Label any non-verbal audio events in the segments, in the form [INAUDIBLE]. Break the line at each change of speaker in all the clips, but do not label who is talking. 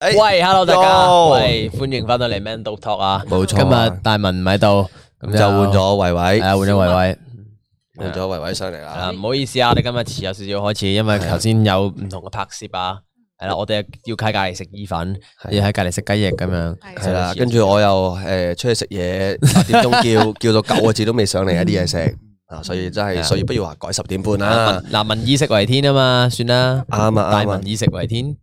哎
喂，hello 大家，
Yo
喂，歡迎翻到嚟 Man Talk 啊！
冇錯
今日大文唔喺度，咁
咁就換，咗哎維
係啊，
維，
換咗維維。
換咗維維上嚟
啊，
啦。
唔好意思啊，我哋今日遲咗少少開始，因為頭先有唔同嘅拍攝啊，係啦，我哋要喺隔離食意粉，要喺隔離食雞翼咁樣，
係啊啦，跟住我又誒出去食嘢，八點鐘叫 [LAUGHS] 叫到九個字都未上嚟一啲嘢食啊，所以真係，所以不如話改十點半啦。
民嗱民以食為天啊嘛，算啦，
啱啊
大
啱啊
民，以食為天。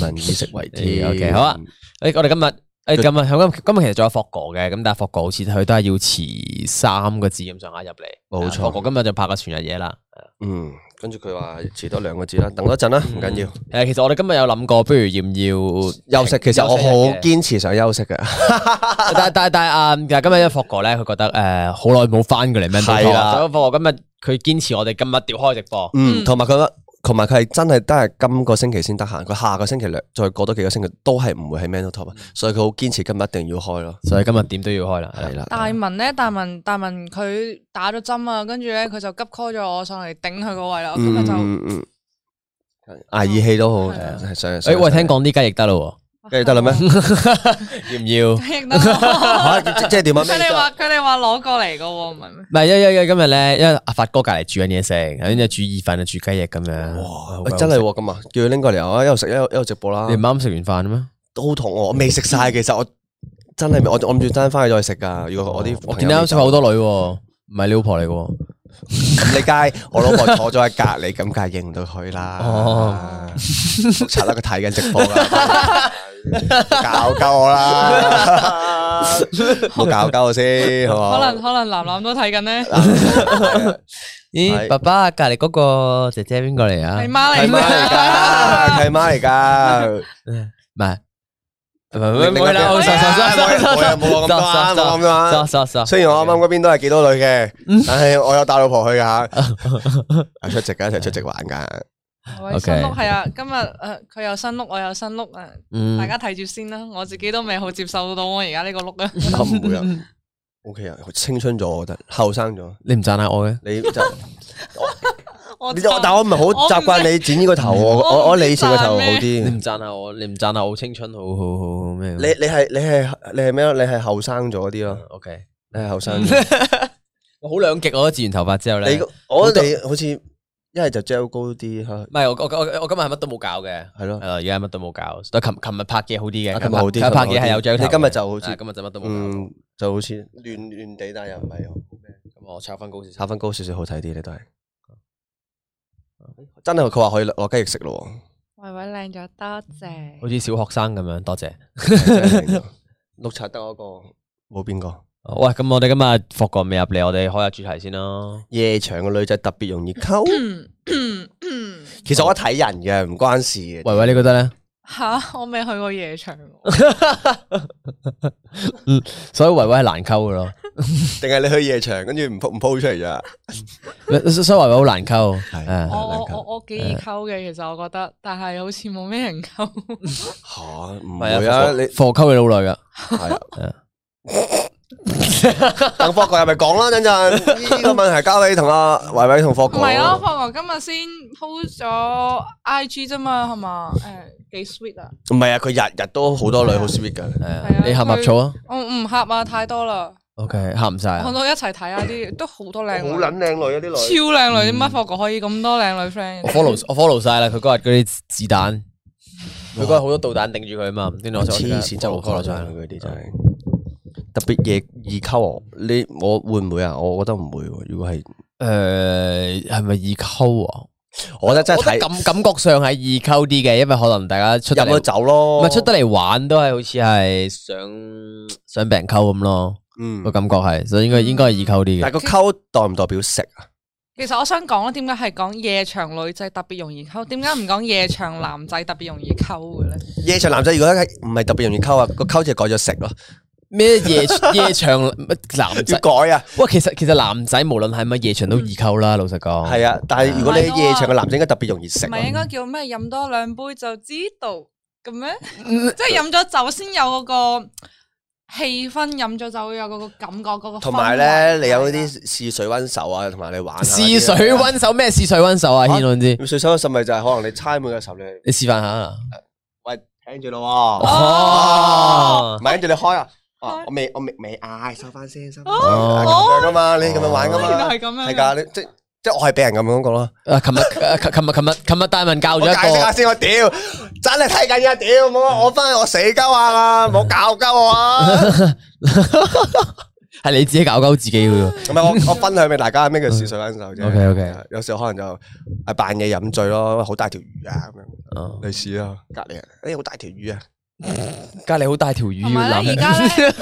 大民以食為天。嗯
OK，好啊。 [LAUGHS] 誒，我哋今日。誒咁啊，今今日其實仲有霍哥嘅，咁但係霍哥好似佢都係要遲三個字咁上下入嚟，
冇錯
啊霍哥今日就拍個全日嘢啦。
嗯，跟住佢話遲多兩個字啦，等多陣啦，唔緊
誒，其實我哋今日有諗過，不如要唔
要。休息，其實我好堅持想休息嘅，
要？ [LAUGHS] 但但但啊，但係今日因為霍哥咧，佢覺得誒好耐冇翻過嚟 Man
係啦
Talk，所以霍哥今日佢堅持我哋今日調開直播。
嗯，同埋佢，同埋佢係真係都係今個星期先得閒，佢下個星期兩再過多幾個星期都係唔會喺 Man Top，所以啊佢好堅持今日一定要開咯，
所以今日點都要開啦，
係啦。
大文咧，大文大文佢打咗針啊，跟住咧佢就急 call 咗我上嚟頂佢個位啦，我今哦日就
[LAUGHS] 嗯嗯嗯，捱義氣都好，
係啊
係上
誒，喂，聽
[LAUGHS]
講呢雞翼得咯
跟住得啦
[LAUGHS]
咩？
喎，要唔要？
聽得我
嚇即即係點啊？
佢哋話佢哋話攞過嚟噶喎，唔係咩？
唔係，因因因今日咧，因為阿發哥隔離煮緊嘢食，有啲煮意粉啊，煮雞翼咁樣。哇
喂真係喎咁啊！叫佢拎過嚟，我一路食一路一路直播啦
你。唔啱食完飯咩？
都好肚餓，我未食晒。其實我真係未我我諗住單翻去再食噶。如果我啲
哦我見到食好多女喎，唔係你老婆嚟嘅喎。
你街，我老婆坐咗喺隔離，咁梗係認到佢啦。
哦
[LAUGHS]
哦，查啦，佢睇緊直播啦，搞鳩
[LAUGHS]
我啦，冇搞鳩我先，好
可
嘛？
能可能男男都睇緊咧，
啊
咦，
係
爸爸隔離嗰個姐姐邊個嚟啊？
係媽
契媽
嚟
嚟
㗎 [LAUGHS]
噶，契媽嚟噶。
唔係，唔係唔會啦，好，收收收收
冇咁多啊，冇咁多啊。
收收收收。
雖然我啱啱嗰邊都係幾多女嘅，但係我有帶老婆去噶，出席噶，一齊出席玩噶。
喂
OK
新屋係啊，今日诶佢有新屋，我有新屋啊，
嗯
大，家睇住先啦，我自己都未好接受到我而家呢個碌啊，
唔會啊，OK 啊，青春咗，我覺得後生咗，
你唔讚下我嘅？
你就。
我
你但我唔係好習慣你剪呢個頭，我
我唔
我我理性個頭好
你
啲。
唔讚下我，你唔讚下我青春好好好好咩？
你你係你係你係咩咯？你係後生咗啲咯，
OK，
你係後生咗。
我好兩極，我自然頭髮之後咧，
你
唔
個我哋好似一係就 gel 高啲嚇，
係我我我我今日係乜都冇搞嘅，
係
係
咯。
呃啦，而家係乜都冇搞。但係琴琴日拍嘢好啲
啊
嘅，
琴日好啲
琴日拍嘢係有獎頭嘅。
你今日就好似
啊今日就乜都冇搞。
嗯，就好似亂亂地，但係又唔係好咩。
咁我炒翻高少少。
炒翻高少少好睇啲，你都係。真係佢話可以攞雞翼食咯 [LAUGHS]
維維靚咗，多
好
[COUGHS]
似
謝。
小學生咁樣，多謝。
喎，綠茶得我個冇邊個。
喂，咁我哋今日霍哥未入嚟，我哋開下主題先啦。
夜場嘅女仔特別容易溝，其實我睇人嘅，唔關事
維
嘅。
維，你覺得咧？
吓，我未去過夜場喎，
所以維維係難溝嘅 [LAUGHS] 咯，
定係你去夜場跟住唔 po 唔 po 出嚟咋？
所以維維好難溝。
係
啊
我我我我幾易溝嘅，其實我覺得，但係好似冇咩人溝。
吓唔
唔
會啊！你
霍溝你好耐噶，
係啊。 [LAUGHS] 等霍哥入嚟講啦，等陣呢個問題交俾同阿維維同霍
唔
哥。
係啊，霍哥今日先 post 咗 IG 啫嘛，係嘛？誒幾 sweet 啊！
唔係啊，佢日日都好多女好 sweet 噶。
係啊
係啊
你合唔合
佢
草啊
我唔合啊，太多啦，
？OK，合唔晒
我
啊？
都一齊睇下啲，都好多靚女，超
靚女啊啲
靚女，點解霍哥可以咁多靚女 friend？
我 follow 我 follow 晒啦，佢嗰日嗰啲子彈，佢嗰日好多導彈定住佢啊嘛，跟住我就
黐線真係好誇張啊佢啲真係。特別夜易溝我，你我會唔會啊？我覺得唔會喎。如果係，
誒係咪易溝啊？
我覺得真
我覺
係
得
睇
感感覺上係易溝啲嘅，因為可能大家出得
入咗
嚟
走咯。
唔係出得嚟玩都係好似係想想俾人溝咁咯，
嗯
個，感覺係，所以應該應該係易溝啲
但係
嘅。
個溝代唔代表食啊？
其實我想講咧，點解係講夜場女仔特別容易溝，點解唔講夜場男仔特別容易溝嘅咧？
夜場男仔如果係唔係特別容易溝啊，個溝就改咗食咯，
咩
[LAUGHS]
夜夜場乜男
要
仔？
改啊。
喂，其實其實男仔無論係乜夜場都易溝啦，老實講。
系嗯啊，但
哦
系如果你
唔係喎
夜場嘅男仔應該特別容易食啊
唔
咯。
係應該叫咩？飲多兩杯就知道咁咩？
嗯
即係飲咗酒先有嗰個氣氛，飲咗酒會有嗰個感覺，嗰、個
同埋咧，你有嗰啲試水温手啊，同埋你玩下
試水
嗰啲啊。
温手咩？試水温手啊，
啊
軒老師，
試水温手咪就係可能你猜門嘅時候你，
你示範下啊！
喂，听住咯喎。
哦
唔，系跟住你開啊，哦
開
我未我未未嗌，收翻聲，收翻聲
哦
係咁樣噶嘛，你咁樣玩噶
哦原
嘛
來，係咁樣
係㗎，你即即我係俾人咁樣講咯。
啊，琴日啊琴琴日琴日琴日大文教咗
我解釋下
一
先，我屌真係睇緊啊，屌
嗯
冇我翻去我死鳩下啦，冇搞鳩我啊！
[LAUGHS] 個係你自己搞鳩自己嘅喎，
唔係我我分享俾大家咩叫小水分手啫。
OK，OK
有時候可能就啊扮嘢飲醉咯，好大條魚啊咁樣，
哦
類似咯。隔離啊，哎好大條魚啊，
哦
隔離好大條魚
同
要
埋咧，
諗，
而家咧，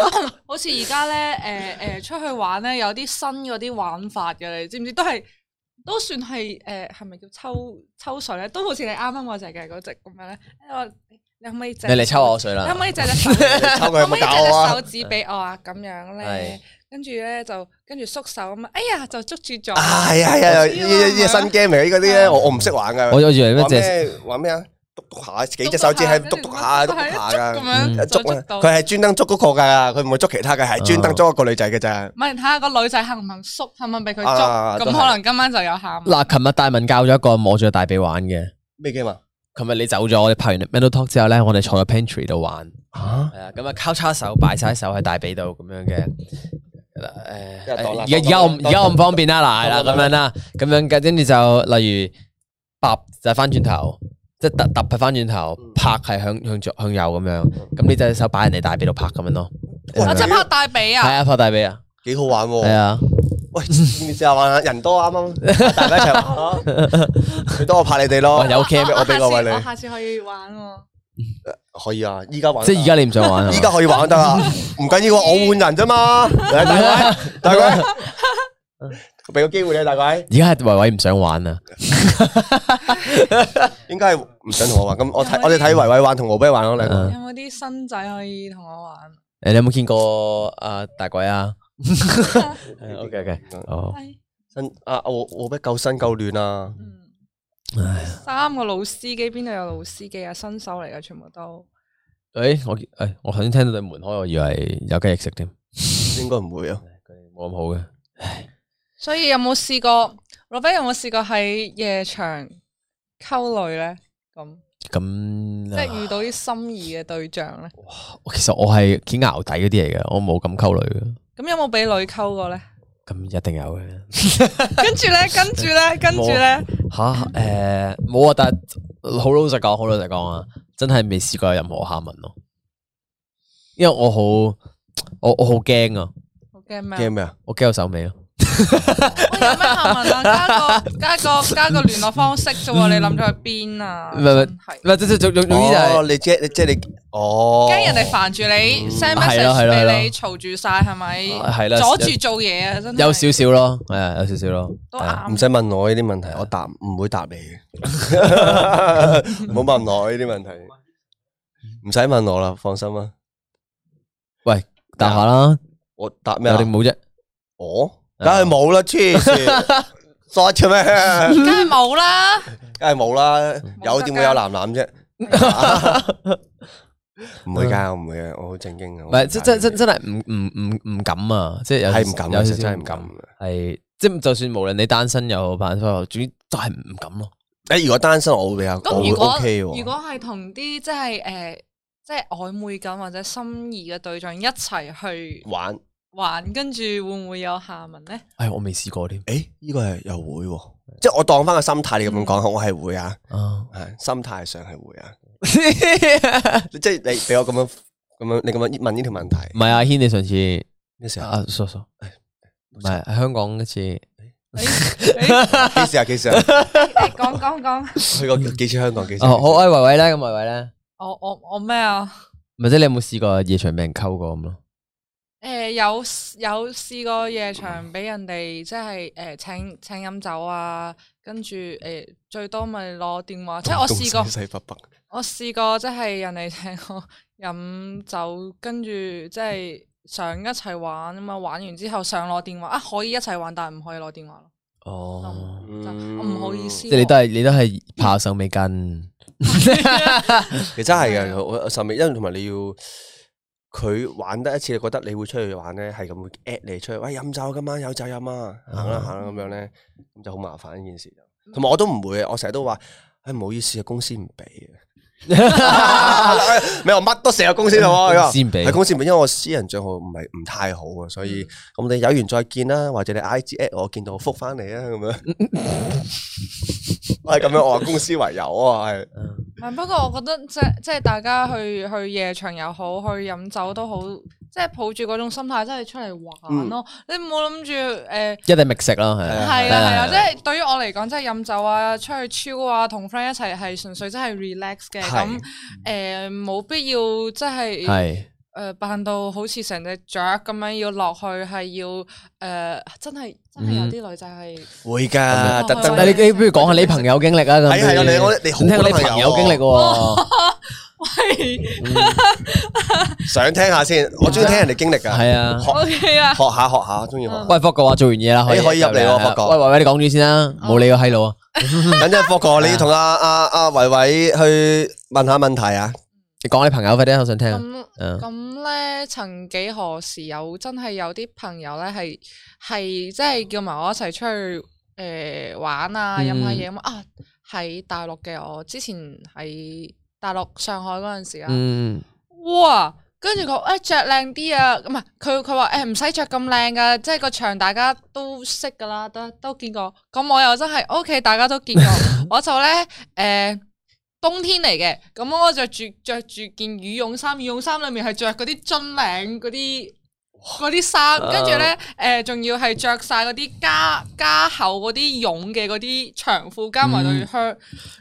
好似而家咧，诶、诶、出去玩咧，有啲新嗰啲玩法嘅，你知唔知？都係都算係诶，系、係咪叫抽抽水咧？都好似你啱啱嗰只嘅嗰只咁樣咧。我話你可唔可以借？
你嚟抽我水
你可
啦
唔，可以借隻手？
[LAUGHS]
可
抽佢有
唔可
冇
以
搞
借
我啊
隻手？指俾我啊？咁樣
係
咧，跟住咧就跟住縮手咁啊！哎呀，就捉住咗。
啊係啊係啊，呢呢呢新 game 嚟，呢嗰啲咧我我唔識玩㗎。
[LAUGHS] 我我以為咩
玩
隻
咩玩咩啊？笃笃下，幾隻手指喺度篤篤下，篤篤下
咁
噶。
嗯
樣
捉
就捉
啊！
到。
佢係專登捉嗰個㗎，佢唔會捉其他
啊
嘅，係專登捉嗰個女仔嘅咋。
唔係睇下個女仔肯唔肯縮，肯唔肯俾佢捉？
啊
咁
都係
可能今晚就有喊。
嗱，琴日大文教咗一個摸住個大髀玩嘅。
咩 game 啊？
琴日你走咗，我哋拍完 Metal Talk 之後咧，我哋坐咗 Pantry 度玩，
吓
係啊，咁啊交叉手擺晒手喺大髀度咁樣嘅。诶，
一係當啦
而家而家我唔而家
當啦
我唔方便啦，嗱係啦
當啦
咁樣啦，咁樣嘅跟住就例如白就翻轉頭，即係揼揼係翻轉頭，
嗯
拍係向向左向右咁樣，咁你隻手擺人哋大髀度拍咁樣咯，
我即係拍大髀
係
啊！
啊拍大髀啊，
幾好玩
係
喎！
啊，
喂，試下玩下，人多啊啱啱，大家一齊玩咯。
[LAUGHS]
最多我拍你哋咯
喂。有 cam
我俾個位你
我下次可以玩喎。
可以啊，依家玩。
即係而家你唔想玩啊
依？家可以玩得啦，唔緊要啊，我換人啫嘛。嚟大鬼，大鬼，俾個機會你，大
[LAUGHS]
鬼。
而家係維維唔想玩啊，
應該係唔想同我玩，咁我睇我哋睇維維玩同我俾玩咯，兩個
嗯
有冇啲新仔可以同我玩？
誒你有冇見過啊大鬼啊？OK OK，哦，
係
新啊，我我俾夠新夠亂啊。
嗯
唉。
三個老司機，邊度有老司機啊？新手嚟嘅，全部都。
诶、我見诶、我頭先聽到對門開，我以為有雞翼食添，
应该唔会啊。
佢哋冇咁好嘅。
所以有冇試過？羅賓有冇試過喺夜場溝女咧？咁即
咁啊
係遇到啲心儀嘅對象咧？
啊，其實我係幾淆底嗰啲嚟嘅，我冇咁溝女嘅，
咁有冇俾女溝過咧？
咁一定有嘅。
跟住咧，跟住咧，跟住咧， [LAUGHS]
吓诶，冇啊！但係好老實講，好老實講啊，真係未試過有任何下文咯。因為我好，我我好驚啊，
好驚咩啊？
驚咩啊？
我驚我手尾咯。
喂有咩下文啊？加個加個加個聯絡方式啫喎，你諗咗去邊啊？
唔係唔係
真係
唔係，即即總總總之就
哦
係，
你即你即你哦，
驚人哋煩住你
係
send
咯係
message
咯係咯
俾你嘈住晒係咪？
係啦
阻住做嘢啊！真係
有少少咯，係啊，有少少咯。
都
係啊
唔
啱。
使問我呢啲問題，我答唔會答你嘅。唔好問我呢啲問題，唔使問我啦，放心啦。
喂，答下啦，
我答咩
有
啊
定？冇啫？
我梗係冇啦，黐線，傻嘅咩？
梗係冇
[LAUGHS]
啦，
梗係冇啦，有點會有男男啫？唔會㗎，唔會嘅，我好正經嘅。
唔係，真真真真係唔唔唔唔敢啊！即係有
係唔敢
有
嘅，
少
真
少
係唔敢。
係即係就算無論你單身又好，拍拖又好，總之都係唔敢咯。
誒，如果單身我會比較，我
咁
會
如果
OK
如
喎。
果係同啲即係诶，即係曖昧緊或者心儀嘅對象一齊去
玩，
玩，跟住會唔會有下文
[LAUGHS]
咧？
唉，哎我未試過添。
誒，呢個係又會喎，即係我當翻個心態，你咁樣講，我係會啊。 [LAUGHS]
啊，
係心態上係會啊，即係你俾我咁樣咁樣，你咁樣問呢條問
唔
題
係阿軒，你上次
咩哎時候？
啊，sorry sorry，唔係喺香港一次，
你你
幾時啊？幾時啊？
講講講，
去過幾次香港？幾次？
哦，好，喂維維咧，咁維維咧，
我我我咩啊？
唔係即係你有冇試過夜場俾人溝過咁咯？
诶、有 s- 有試過夜場俾人哋即係诶請請飲酒啊，跟住诶、誒最多咪攞電話，即係我
東
試過
西西北北，
我試過即係人哋請我飲酒，跟住即係想一齊玩咁啊，玩完之後想攞電話啊，可以一齊玩，但係唔可以攞電話咯，
哦，
就我唔好意思
即
喎。
係你都係你都係炮手尾跟，
其實真係啊嘅，我我甚至因為同埋你要佢玩得一次，你覺得你會出去玩咧，係咁會 at 你出去，喂飲酒今晚有酒飲啊，行啦行啦咁樣咧，嗯哎 [LAUGHS] 咁就好麻煩呢件事。同埋我都唔會，我成日都話，唉唔好意思啊，公司唔俾啊，咩？我乜都射入嗯公司度喎。佢話
先俾
喺公司入面，因為我私人帳號唔係唔太好啊，所以咁你有緣再見啦，或者你 I G at 我見到我復翻你啊，咁 [LAUGHS] 樣。我係咁樣，我話公司為由啊，係
唔係，不過我覺得即係即係大家去去夜場又好，去飲酒都好，即係抱住嗰種心態，真係出嚟玩咯。你唔好諗住誒，
啊
一定覓食咯，係啊
係啦係啦，啊即
係
係對於我嚟講，即係飲酒啊、出去超啊、同 friend 一齊係純粹真係 relax 嘅。
係
咁誒冇必要即係
係啊
誒呃扮到好似成隻雀咁樣要落去，係要誒真係真係有啲女仔係
會㗎，特登
但係你你不如講下你朋友經歷啊，咁
係係啊你我你好
想聽下你
多
朋
朋友
友
喎
經歷喎，
喂
想聽下先。我中意聽人哋經歷㗎，
係啊
學
OK
[LAUGHS]
啊，
學下學下，中意學下。
喂，福哥話做完嘢啦，
你可以入嚟喎
係啊
福哥
喂喂喂，你講住先啦，冇理個閪佬啊，
等陣，霍
啊
哥，你要同阿阿阿維維去問下問題啊。
你講你朋友快啲，我想聽啊。
咁。
嗯
咁咧，曾幾何時有真係有啲朋友咧，係係即係叫埋我一齊出去誒、呃玩啊，飲下嘢咁啊！喺大陸嘅我之前喺大陸上海嗰陣時啊，
Ừ. 嗯，
哇！跟住佢誒哎着靚啲啊，唔係佢佢話哎誒唔使着咁靚噶，即係個場大家都識噶啦，都都見過。咁我又真係 O K，大家都見過。我就咧誒、呃冬天嚟嘅，咁我着住着住件羽絨衫，羽絨衫裡面係着嗰啲樽領嗰啲嗰啲衫，跟住咧誒仲要係着晒嗰啲加加厚嗰啲絨嘅嗰啲長褲，加埋對靴。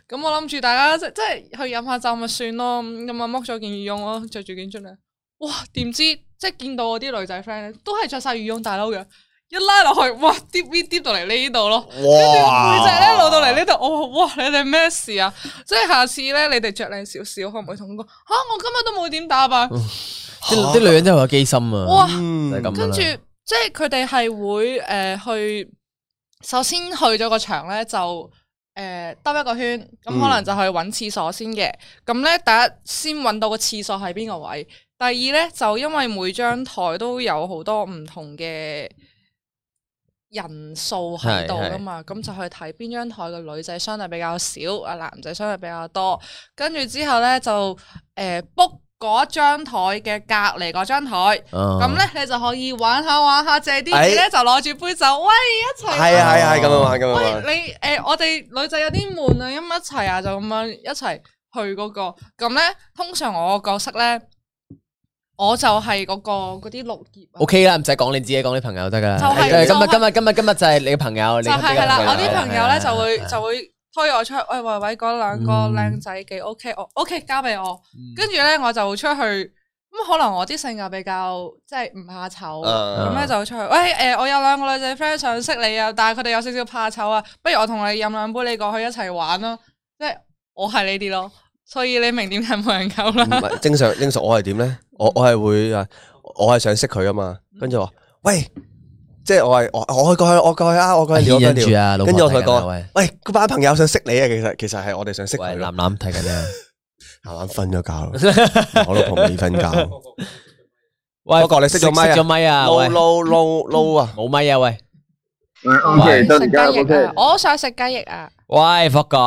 咁我諗住大家即即係去飲下酒咪算咯，咁啊剝咗件羽絨，我着住件出嚟，哇！點知即係見到我啲女仔 friend 咧，都係着晒羽絨大褸嘅，一拉落去，哇！跌跌跌到嚟呢度咯，背脊咧露到嚟呢度，我話哇！你哋咩事啊？即係下次咧，你哋着靚少少，可唔可以同我講吓？我今日都冇點打扮，
啲啲女人真係好有機心啊。
哇！
嗯
就係咁
跟住即係佢哋係會誒、呃去，首先去咗個場咧就誒兜、一個圈，咁
嗯
可能就去揾廁所先嘅。咁咧第一先揾到個廁所喺邊個位，第二咧就因為每張台都有好多唔同嘅。人數喺度噶嘛，咁就去睇邊張台嘅女仔相對比較少，啊男仔相對比較多。跟住之後咧就誒 book 嗰張台嘅隔離嗰張台，咁
咁
咧你就可以玩下玩下，借啲嘢咧就攞住杯酒，喂一齊玩。
係啊係
哦
啊係咁樣玩咁樣玩。
喂你誒，我哋女仔有啲悶啊，咁一齊啊就咁樣一齊去嗰個。咁咧通常我個角色咧，我就係嗰個嗰啲綠葉啊
O，K 啦，唔使講你自己，講你朋友得噶啦。
就係
誒今日
就係
今日今日今日就係你嘅朋友，你
就係係啦。我
啊
啲朋友咧就會
會
就會推我出去，喂維維嗰兩個
嗯
靚仔幾 OK，我 OK 交俾我。跟住咧我就出去。咁可能我啲性格比較即係唔怕醜。啊咁
嗯
咧就出去，喂，誒、我有兩個女仔 friend 想識你啊，但係佢哋有少少怕醜啊，不如我同你飲兩杯，你過去一齊玩啦，即係我係呢啲咯，所以你明點解冇人溝
唔
啦？
係正常，正常我係點咧？我我係會啊，我係想識佢啊嘛。跟住話喂，即係我係我我去過去，我過去啊，我過去
忍
撩一
住
撩。
啊，老婆
跟住我同
睇
佢
緊啊
講
喂，
喂，嗰班朋友想識你啊，其實其實係我哋想識
喂
佢咯。
男男睇緊啊，
啱啱瞓咗覺啦，我老婆未瞓覺。
喂
不過你熄咗咪啊
熄咗咪啊，
撈
喂，
撈撈撈啊！
冇咪啊，喂，
喂，O K，得而
嗯食
家 O
雞翼
K
啊，。我好想食雞翼啊，
喂，福哥，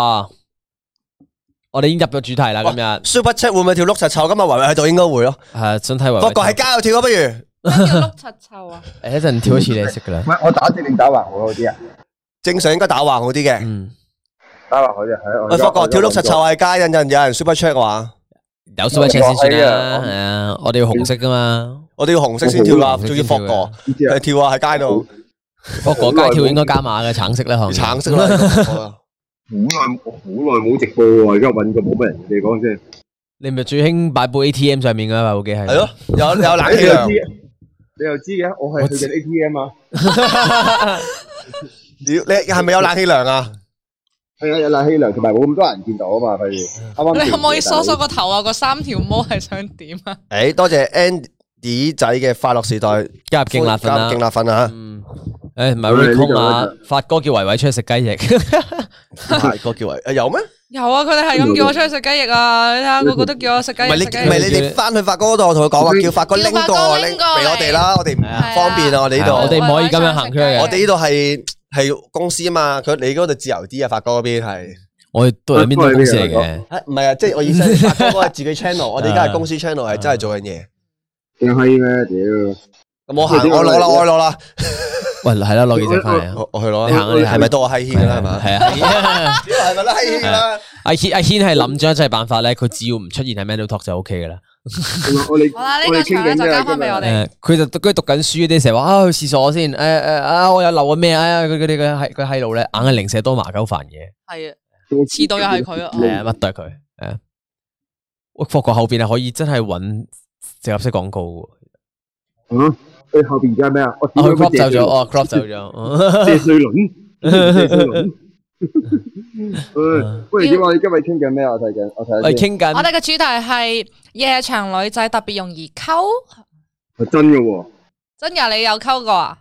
我哋已經入咗主題啦，今日
Super Chat 會唔會跳碌柒臭？今日維維喺度應該會咯。
係想睇維維
霍哥喺街度跳啊，不如
乜叫碌柒臭啊？
誒一陣跳一次你識噶
[LAUGHS]
啦，
喂，我打正定打橫好啲啊？
正常應該打橫好啲嘅。
嗯，
打橫好啲，係我
喂，霍哥跳碌柒臭喺街，有陣有人 Super Chat 嘅話，
有 super chat 先算啦，
我
係啊，我哋要紅色噶嘛，
[LAUGHS] 我哋要紅色先跳啦，
紅色
仲要
先跳
霍
嘅
哥
唔知啊
佢跳啊喺街度，
福哥街跳應該加碼嘅，橙色啦，可能
橙色啦呢個霍哥。
好耐好耐冇直播喎，而家搵個冇乜人，你講先。
你咪最興擺部 ATM 上面噶嘛，部機係
係咯，，有有冷氣
你
涼
又。知，你又知嘅，我係去緊 A T M à? 啊。
你你系咪有冷氣涼啊？
係啊，有冷氣涼，同埋冇咁多人見到啊嘛，譬如啱啱。
你可唔可以梳梳個頭啊？個三條毛係想點啊？
诶、多謝 Andy 仔嘅快樂時代
加入勁辣粉
加
啦
入勁。辣粉啊！
嗯，诶，唔系 r
喂
e
呢
c
個
o 啊，发哥叫維維出去食雞翼，
係個叫為啊有咩？唔
有啊，佢哋係咁叫我出去食雞翼啊！你睇下個個都叫我食雞翼，
係你
食雞
唔係
翼。
你哋翻去發哥嗰度同佢講話，叫發哥拎
叫發
個
哥
拎
拎
俾
過嚟
我哋啦，我哋唔
啊
方便啊！我哋呢度，
係啊 [LAUGHS] 我哋唔可以
喂
咁樣行出去嘅
我哋呢度係系公司啊嘛，佢你嗰度自由啲啊，發哥嗰邊係
我哋都係邊度公司嚟
都係
嘅，
啊唔係啊，即係我意
[LAUGHS]
思係，發哥嗰個係自己 channel，我哋
啊
而家係公司 channel，係真係做緊嘢。
你閪咩？屌！
咁我行，我攞啦，我攞啦，
喂係啦，攞幾隻翻嚟啊？
我我去攞啦。
你行啊你行啊
係咪到我閪軒㗎啦？係嘛？
係啊，
屌係咪啊啦？閪軒㗎啦？
阿軒阿軒係諗咗一切辦法咧，佢只要唔出現喺 mental talk 就 OK 噶啦。
我哋
好啦，呢
我
個
哋
場
傾
咧
緊
就
啫
交翻俾我哋。
誒，佢就佢讀緊書嗰啲成日話啊去廁所先，誒誒啊我有留個咩啊，佢佢哋佢係佢喺度咧，硬係零舍多麻鳩煩嘢，
係啊，
今日
遲到又係佢啊。
係啊乜都係佢，係啊。我發覺後邊係啊可以真係揾植入式廣告
啊！佢後邊而家咩啊？我
喎，啊佢 crop
謝
走
罪
咗，哦 crop 走
[LAUGHS]
咗，
謝瑞麟，謝瑞 [LAUGHS] 麟。唉喂，點啊我哋今日傾緊咩啊？我睇緊，我睇下
喂傾
先。
緊
我哋嘅主題係夜場女仔特別容易溝，
係真嘅喎，
真噶你有溝過啊？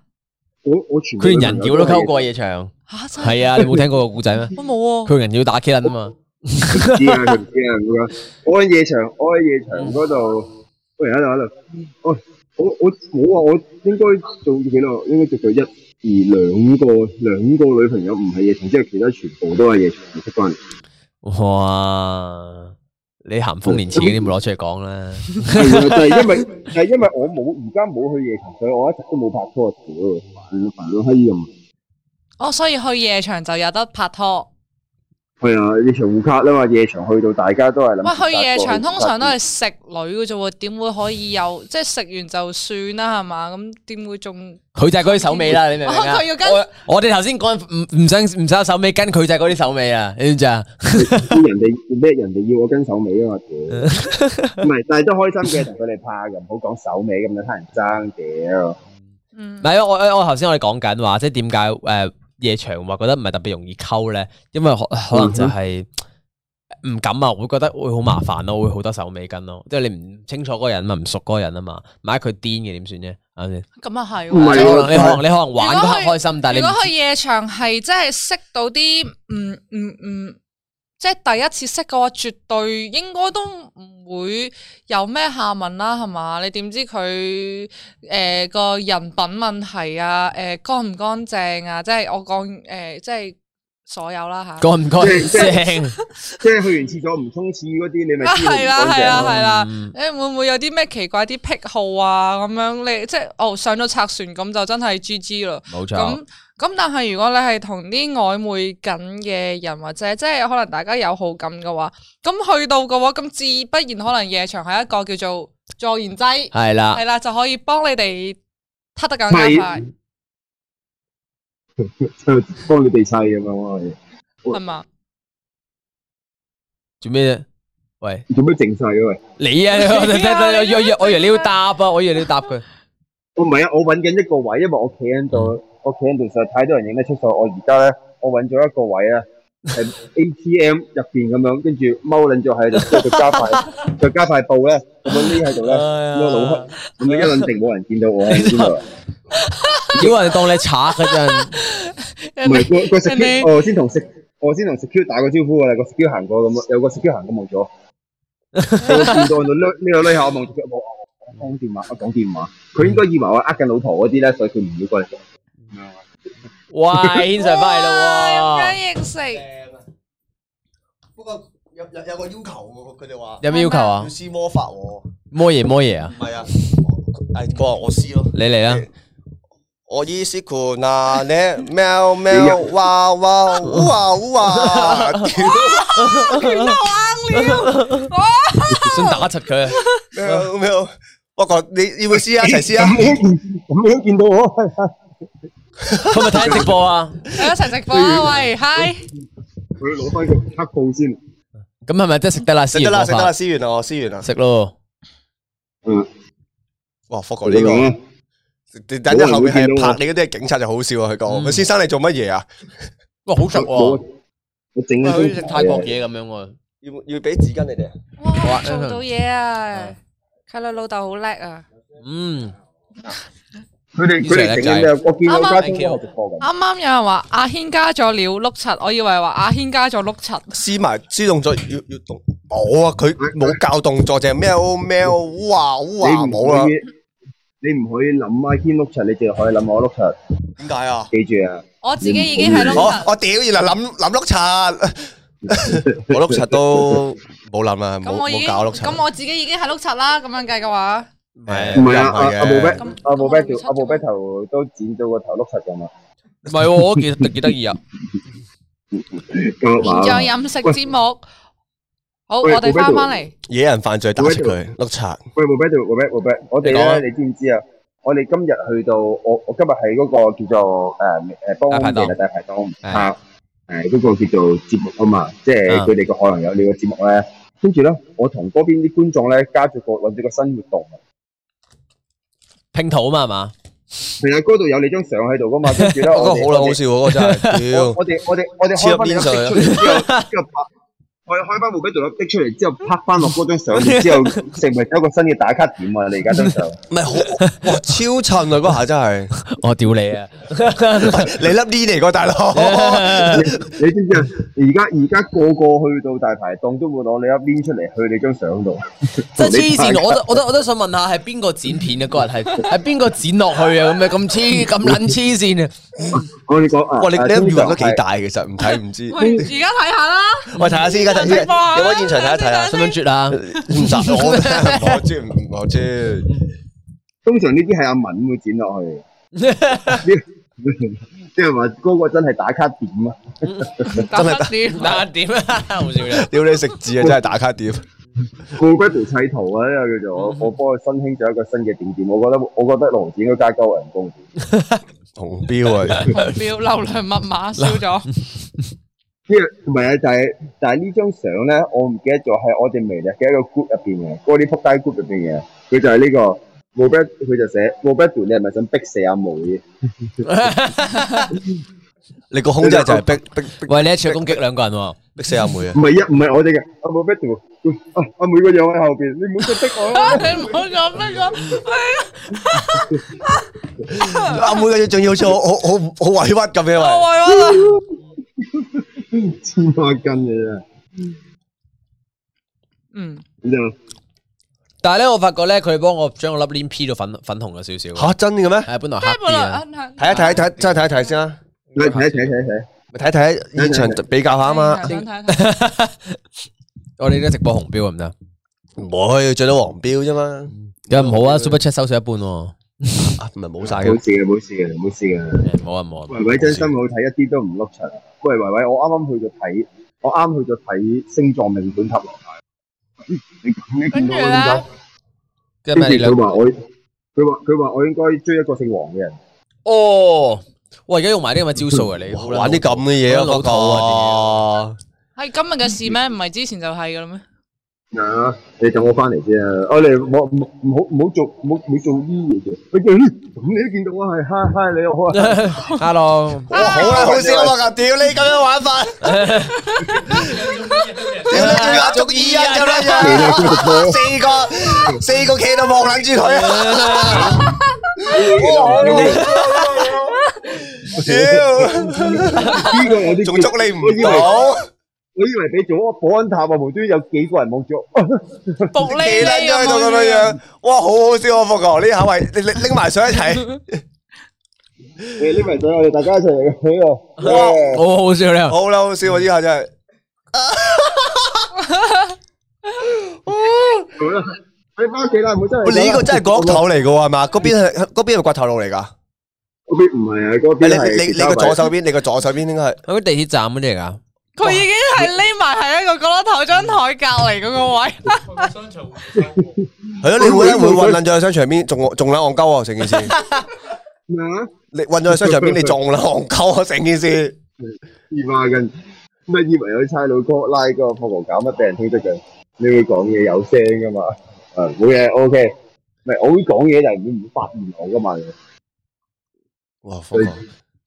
我我全部
佢連人妖都溝過
嘢，
夜場，
吓真係
係啊，你冇聽過個故仔咩？
我冇啊。
佢人妖打 K 輪啊嘛，
唔知啊，佢唔知啊咁樣。我喺夜場，我喺夜場嗰度，喂喺度喺度，我我我冇啊！我應該做幾耐？應該做咗一而兩個兩個女朋友唔係夜場，之後其他全部都係夜場識翻嚟。
哇！你咸豐年前嗰啲冇攞出嚟講啦，
係啊，就係因為就係因為我冇而家冇去夜場，所以我一直都冇拍拖啊！屌，煩煩到閪咁。
哦，所以去夜場就有得拍拖。
係啊，夜場互卡啦嘛，夜場去到大家都係
喂，
諗住搭個
去夜場通常都
搭
係食女嘅啫喎，點會可以有即係食完就算啦係嘛？咁點會仲
佢就係嗰啲手尾
[LAUGHS]
啦，你明唔明啊
哦佢要跟
我我哋頭先講唔唔想唔想有手尾跟，佢就係嗰啲手尾啊，你知唔知啊？
叫人哋咩？人哋要我跟手尾啊嘛，屌！唔
[LAUGHS]
係，但係都開心嘅，同佢哋拍嘅，唔好講手尾咁樣，睇人爭屌。
嗯
唔？係我我我頭先我哋講緊話，即係點解誒夜場話覺得唔係特別容易溝咧？因為可可能就係唔敢啊，會覺得會好麻煩咯，會好多手尾跟咯，即係你唔清楚嗰個人嘛，唔熟嗰個人啊嘛，萬一佢癲嘅點算啫？係咪先？
咁啊係
唔
即係
係
可
喎。
能你可能你可能玩嗰刻
啊如果佢
開心，但係
如
你唔
果去夜場啊係真係識到啲唔唔唔，即係第一次識嘅話，絕對應該都唔會有咩下文啦，係嘛？你點知佢誒個人品問題啊？誒乾唔乾淨啊？即係我講誒、呃即係所有啦吓。
乾唔乾淨？
即係去完廁所唔沖廁嗰啲，你咪
啊，
知道唔
係啦，
乾淨
係啦，係啦
嗯。
誒，會唔會有啲咩奇怪啲癖好啊？咁樣你即係哦，上咗拆船咁就真係 G G 啦。
冇錯。
咁咁，但係如果你係同啲曖昧緊嘅人，或者即係可能大家有好感嘅話，咁去到嘅話，咁自不然可能夜場係一個叫做助燃劑，
係啦
係，啦，就可以幫你哋撻得更
唔
加快，
係，就 [LAUGHS] 幫你哋砌咁樣咯。
係嘛？
做咩啫？喂，
做咩靜晒啊？喂，
[LAUGHS] 你啊，我
你啊
我以為我以為你要答啊，我以為你要答佢。
我唔係啊，我揾緊一個位，因為我企喺度，我企喺度實在太多人影得出，所以我而家咧，我揾咗一個位啊。 [LAUGHS] 係 ATM 入邊咁樣，跟住踎撚咗喺度，再加 [LAUGHS] 塊，再加塊布咧，咁樣匿喺度咧，
哎
咁樣老黑，咁樣一撚定冇人見到我 [LAUGHS] 喺邊度啊。
屌人當你賊啊嗰陣，
唔係個個
人哋
secure，我先同 sec，我先同 secure 打個招呼㗎啊啦，個 secure 行過咁，有個 secure 行過望咗，我見到度呢呢個呢下我望住佢，我我講電話，我講電話，佢應該以為我呃緊老婆嗰啲咧，所以佢唔要過嚟。
喂，牽上翻嚟
哇
啦
咁
喎，
樣認 [LAUGHS] 識，
正啊！不過有有有個要求喎，佢哋話
有咩要求啊
要？施魔法喎，唔
摩耶摩耶啊，
係啊，係佢話我施咯。
你嚟啦，
我依斯庫嗱咧，喵喵
[LAUGHS]
哇哇烏啊烏啊！屌
啊
[LAUGHS] 想打柒佢啊，
喵喵，我講你要唔要試啊？一齊試啊！
咁樣見到我，
佢咪睇緊直播啊？
大家一齊直播啊！
[LAUGHS]
喂嗨，
佢攞翻個黑布先。
咁係咪真係食得啦？
食
食
得啦，食得啦，，試完啦，我試完啦。
食咯。
嗯，
哇，福哥
我
呢
哋
個
講，
你等陣後面係
冇人會見到我
拍你嗰啲警察就好笑啊！佢講：
嗯
喂先生你做乜嘢啊？
哇，好食
我
喎，
我整
喂
咗
好似
張
食泰國嘢咁樣喎。
要要俾紙巾你哋啊？嗯
好
哇
啊，
做到嘢啊！佢女老豆好叻啊！
嗯，
佢哋佢哋整緊咩？我見我家中都係直播緊。
啱啱有人話阿軒加咗料碌柒，我以為話阿軒加咗碌柒。
施埋施動作要要動，冇啊！佢冇教動作，就係喵喵烏啊烏啊
你唔
冇啦
可以。，你唔可以諗阿軒碌柒，你淨係可以諗我碌柒。
點解啊？
記住啊！
我自己已經係
你
碌
唔
我
柒，
我屌，原來諗諗碌柒，我碌柒都冇諗啦，
咁
冇
我已
嗯冇
經
搞碌柒。
咁我自己已經係碌柒啦，咁樣計嘅話，
唔係
唔係啊，阿
唔係嘅
阿布
咁
啤，阿
咁
布
我
啤條，阿布啤頭都剪咗個頭碌柒㗎嘛，
唔係喎，我覺得幾幾得意啊！
現象
咁啊，
飲食節目。好，我
喂
哋翻翻嚟，
野人犯罪打出佢碌柒，
喂，布啤條，布啤，布啤，我哋
你講啊
咧，你知唔知啊？我哋今日去到，我我今日喺嗰個叫做誒誒幫
大排檔
嘅大排檔
係
啊，誒嗰個叫做節目啊嘛，即係
啊
佢哋個可能有呢個節目咧。跟住咧，我同嗰邊啲觀眾咧加咗個揾咗個新活動啊，
拼圖啊嘛，
係啊，嗰度有你張相喺度噶
[LAUGHS]
嘛，跟住咧
嗰個
我
好
哋
撚好笑喎，嗰個真係，屌
我我哋我哋我哋
黐
開
入
翻
邊
張
上去啊
出嚟之後，之後拍，我哋開翻部俾杜立的出嚟之後，拍翻落嗰張相然之後，成為咗一個新嘅打卡點啊！你而家張相，
唔係好哇超襯啊！嗰下真係，
係嘛？我屌你 [LAUGHS] 啊！
你粒呢嚟個大佬，
你知唔知啊？而家而家個個去到大排檔都會攞你一邊出嚟去你張相度，
真係黐線！
同你
我都我都我都想問下係邊個剪片嘅嗰日係 [LAUGHS] 係邊個剪落去啊？咁樣咁黐咁
[LAUGHS]
撚黐線啊！
[LAUGHS] 我哋講啊，
哇！你
啊
你粒魚都幾？
通常係
大，其實唔睇唔知。
喂，而家睇下啦，
喂，睇下先，而家睇先，
有直播啊
有冇現場睇一睇啊？
想唔想啜啊？
唔實我我知唔我知，
通常呢啲係阿文會剪落去， [LAUGHS] 即係話嗰個真係打卡點啊！
[LAUGHS] 真係點？
嗱點啊？ [LAUGHS] 好笑嘅，
屌你食字啊！真係打卡點，
冇鬼部砌圖啊！呢個叫做我我幫佢新興咗一個新嘅景點，我覺得我覺得羅子應該加高人工。
紅標啊！
目標流量密碼燒 [LAUGHS] 咗，
因為唔係啊，但係但係呢張相咧，我唔記得咗係我哋微日嘅一個 group 入邊嘅，嗰啲仆街 group 入邊嘅，佢就係呢、個冇 b 佢就寫冇 b 你係咪想逼死阿毛嘅？
你個胸真係就係逼逼逼
喂，你一次攻擊兩個人喎，
逼死阿妹啊
唔！係啊，唔係我哋嘅，阿冇 b 阿阿每個樣喺後邊，你唔好再逼我啦。
你唔好咁啦咁。
阿妹嘅嘢仲要好似好好好好委屈咁樣啊！
我喂我
黐孖筋嘅啫，
嗯，
咁就
但係咧我發覺咧佢幫我將個粒 l P 到粉粉紅咗少少，
吓真嘅咩？
係本來黑
即係本
啲
來
啊，
啊
睇一睇睇真係睇一睇先啦，
嚟睇一睇睇一睇，
咪睇一睇現場比較下啊嘛。
想睇睇
我哋而家直播紅標咁得，
唔會最多黃標啫嘛，
咁唔好啊！Super Chat 收咗一半喎，
啊唔係冇晒嘅
冇。事嘅，冇事嘅，冇事嘅。
唔好啊唔好啊！
維維真心好睇，一啲都唔碌柒。喂，維維，我啱啱去咗睇，我啱去咗睇星座命盤塔羅牌。你你見到我點解？
跟
跟
住
住
咩？你兩
佢話我，佢話佢話我應該追一個姓黃嘅人。
哦，我而家用埋啲咁嘅招數啊！
[LAUGHS]
你好撚
玩啲咁嘅嘢啊，
好撚老
老
土
土
啊
啊！
係今日嘅事咩？唔係之前就係噶啦咩？
啊！你等我翻嚟先啊！我哋我唔唔好唔好做唔好唔好做呢啲嘢嘅。喂咁你都見到我係嗨嗨你好啊！
[LAUGHS] Hello，
哇，好啦，好笑啊！屌你咁樣玩法，屌你仲有足意啊！咁樣四個四個企度望撚住佢啊！哇屌，
呢個我啲
仲捉你唔到，
我以為你做咗保安塔啊，無端端有幾個人望住我。
仆
企
呢
撚
呢
咗喺度咁樣樣，哇，好好笑啊！福哥，呢下喂，你你拎埋上一齊，
你呢位仔，我哋大家一齊嚟嘅呢個。
哇，
好好笑咧！
好啦，好笑啊！呢下真係。
好啦，你翻屋企啦，唔好真係。
喂，你呢個真係角頭嚟嘅喎，係嘛？嗰邊係嗰邊係咪掘頭路嚟㗎？
嗰邊唔係啊，嗰
你
邊係
你你
其他
個左
位
手邊，你個左手邊應該係
喺地鐵站嗰啲嚟噶，
佢已經係匿埋喺一個角落頭張台隔離嗰個位，
係啊咯，你會會混撚咗去商場邊，仲仲撚戇鳩啊！成件事，
[LAUGHS]
咩啊？
你混咗去商場邊，你仲撚戇鳩啊！成件事，
二孖筋，咩以為有差佬哥拉嗰個破毛搞乜俾人通緝嘅？你會講嘢有聲噶嘛？啊，冇嘢，OK。唔係，我會講嘢，但係你唔會發現我噶嘛？
哇！福哥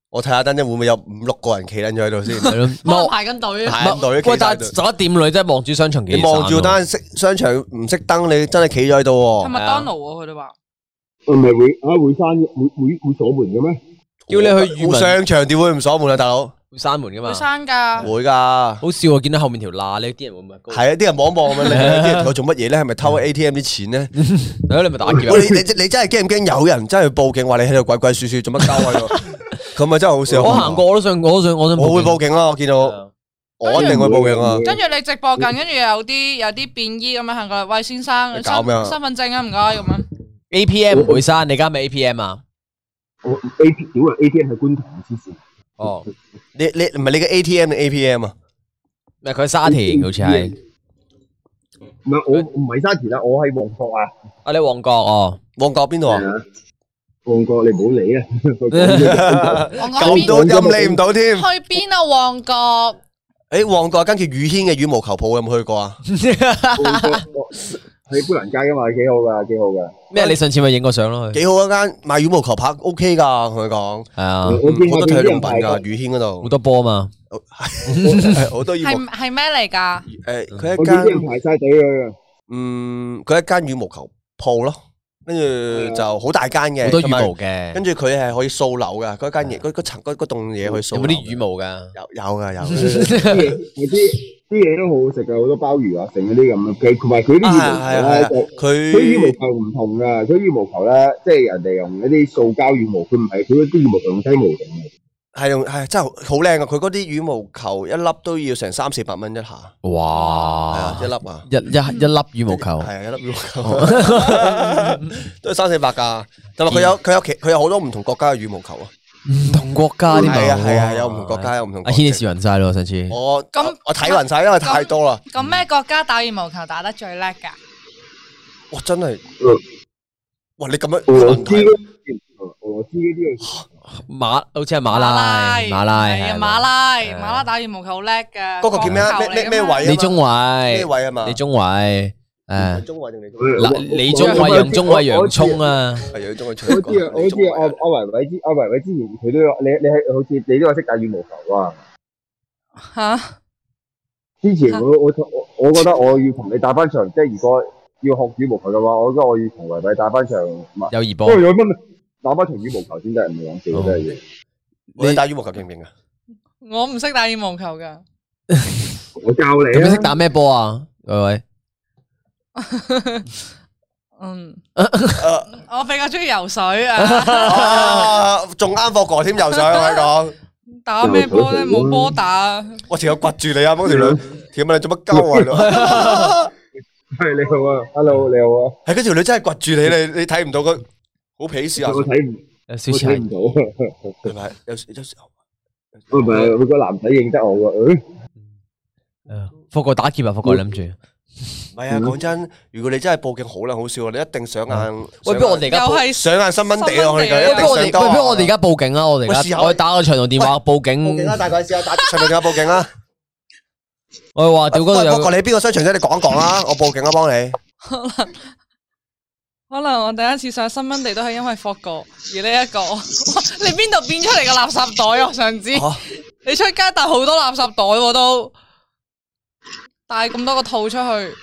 我睇下等陣會唔會有五六個人企撚咗喺
[LAUGHS]
度先，
係咯，
可能
冇
排緊隊啊。
排緊隊
喂，
企晒
但
喺
係
度。
十一點女真係望住商場幾
你望住
單，
單色商場唔熄燈，你真係企咗喺度
係
喎。
麥當勞喎，佢哋話。
唔係會啊會閂會會會鎖門嘅咩？
叫你去語文
商場點會唔鎖門啊，大佬？
閂門噶嘛
會？生噶，
會㗎。
好笑啊！見到後面條罅呢啲人會唔會高？
係啊，啲人望一望咁樣，你
[LAUGHS]
睇啲人佢做乜嘢咧？係咪
嗯
偷 ATM 啲錢咧？
係咯，你咪打劫
喂，
啊！
你你你真係驚唔驚有人真係報警話你喺度鬼鬼
[LAUGHS]
祟祟做乜鳩喺度？咁咪真係好笑。
我行過我都想，我都想，我都想
我會
報
報警啦，我
警。
見到我一定會報警啊！
跟住你直播緊，跟住有啲有啲便衣咁樣行過嚟，喂先生，
你
身
搞咩啊
身份證啊，唔該咁樣。
A P M 唔會刪，你家咪 A P M 啊？
我 A P 屌啊 A T M 喺觀塘黐線，
哦，
你你唔係你嘅 ATM 定 APM 啊？
咪佢喺沙田好似係，
唔係我唔係沙田啊，我喺旺角啊，
啊你旺角哦， [LAUGHS]
旺角邊度啊
係？啊旺角你唔好 [LAUGHS] 理啊，佢講咗
[LAUGHS] 咁
我講邊
都任你唔到
[LAUGHS]
添。
去邊啊？旺角
诶，旺角跟住宇軒嘅羽毛球鋪有冇去過啊？
旺角我喺砵蘭街噶嘛，幾好噶，幾好噶。
咩？你上次咪影過相咯？佢
幾好一間賣羽毛球拍 OK 㗎，同佢講，
係啊，
我見
好多
我見
體
啲
育用
人
品
排
㗎，
隊，
宇軒嗰
好
度
多波嘛，
係好多羽毛
係係咩嚟㗎？
诶，佢
我
一
見啲
間
人排晒隊㗎。
嗯，佢一間羽毛球鋪咯，跟住就好大間嘅，
好多羽
同埋
毛嘅，
跟住佢係可以掃樓㗎，嗰間嘢嗰嗰層嗰嗰棟嘢去掃
有
樓
冇
嘅。
啲羽毛㗎？
有有㗎有
啲
㗎，
嘢，啲啲嘢都好好食噶，好多鮑魚啊，成嗰啲咁嘅。佢同埋佢啲
啊
羽毛
係係
球咧，佢羽毛
佢
球唔同噶，佢羽毛球咧，即係人哋用嗰啲塑膠羽毛，佢唔係佢嗰啲羽毛球用雞毛整嘅。
係用係真係好靚啊！佢嗰啲羽毛球一粒都要成三四百蚊一下，係啊
哇
一！粒啊！
一一一粒羽毛球
系，啊，一粒羽毛球 [LAUGHS] 都係三四百噶，同埋佢有佢有其佢有好多唔同國家嘅羽毛球啊，
唔同國家添
係啊係啊，有唔同國家有唔同
阿
國
軒你
籍。
笑暈晒咯，上次
我
咁
咁我睇暈晒，因為太多啦，
咁咩國家打羽毛球打得最叻㗎？
哇真係
嗯，
哇你咁樣
俄
問
羅斯
題
嗰啲，俄羅斯嗰啲啊
馬好似係馬拉馬拉
係啊，
係
馬
嘛
拉
係啊
馬拉打羽毛球好叻㗎。
嗰個叫咩啊
網球嚟㗎
咩咩
嘛
咩位啊
李宗
咩
偉，
位啊嘛？
李宗偉誒。
中位定你中
嗯
嗱，李
vâng.
宗偉、
Dạ
楊宗偉、洋葱啊，
係啊，中位出
我知啊，我知啊，阿阿維維之阿維維之前佢都有，你你係好似你都有識打羽毛球啊？
嚇？
之前我我我我覺得我要同你打翻場，即係如果要學羽毛球嘅話，我覺得我要同維維打翻場，唔
友誼波
不過，有乜打翻場羽毛球先得，唔係講
哦
笑真係要。
你打羽毛球勁唔勁啊？
我唔識打羽毛球㗎。
我教你
咁你
啊
識，打咩波啊？喂喂，
嗯，我比較中意游水啊，
啊仲啱霍哥添，又想我講，
打咩波咧？冇波打啊，
我條友掘住你啊，嗰條女，條問你做乜鳩啊？ [LAUGHS]
係你好啊，hello
哦
你好啊，
系嗰條女真係掘住你，你你睇唔到佢，好鄙視啊！
我睇唔
有少
我
少
睇唔到啊，
係咪？有時有時哦候
唔係
哦
佢個男仔認得我嗯㗎，誒
à. 霍哥打劫啊！霍哥諗住，
唔係啊！講真，如果你真係報警好撚好笑啊！你一定上眼，
喂，不如我哋而
又
家報，
係
上眼新蚊地啊！我哋
喂，
一
不如我哋，喂，
定上交啊
不如我哋而家報警啦！我哋而
喂試下
家我哋打個長途電話報
報警啦！
警，
大概試下打上面電啊話報警啦！
我話屌嗰度
喂不
有
過你邊個商場啫？你講一講啦，我報警啦，啊幫你。
可能我第一次上新蚊地都係因為霍哥而呢一個，哇你邊度變出嚟嘅垃圾袋啊？我想知
嚇
你出街帶好多垃圾袋喎都，帶咁多個套出去，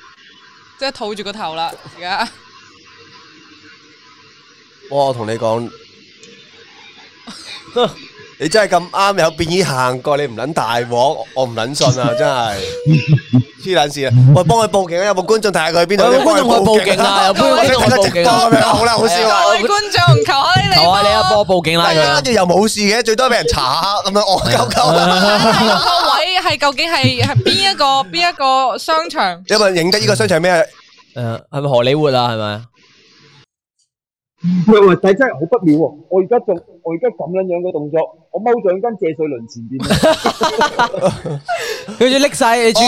即係套住個頭啦。而家
哇我同你講， [LAUGHS] 你真係咁啱有便衣行過，你唔撚大鑊，我我唔撚
[LAUGHS]
信啊！真係黐撚線啊！喂，幫佢報警啊！有冇觀眾睇下佢喺邊度？
有冇
你幫佢
觀眾去報警啊有冇觀眾去報警啊
佢睇緊直播咁樣好啦，好笑啊！
各位觀眾，求下你
求
哋
下你啊，
[LAUGHS]
波報警啦
係啊，
佢
跟。住又冇事嘅，最多俾人查下咁樣，戇鳩鳩。
個位係究竟係係邊一個邊一個商場？
有冇人認得呢個商場咩？
誒，係咪荷里活啊？係咪？
喂喂，但係真係好不妙喎！我而家仲我而家咁樣樣嘅動作，我踎上跟謝瑞麟前邊，
[LAUGHS] 佢要拎晒你注，你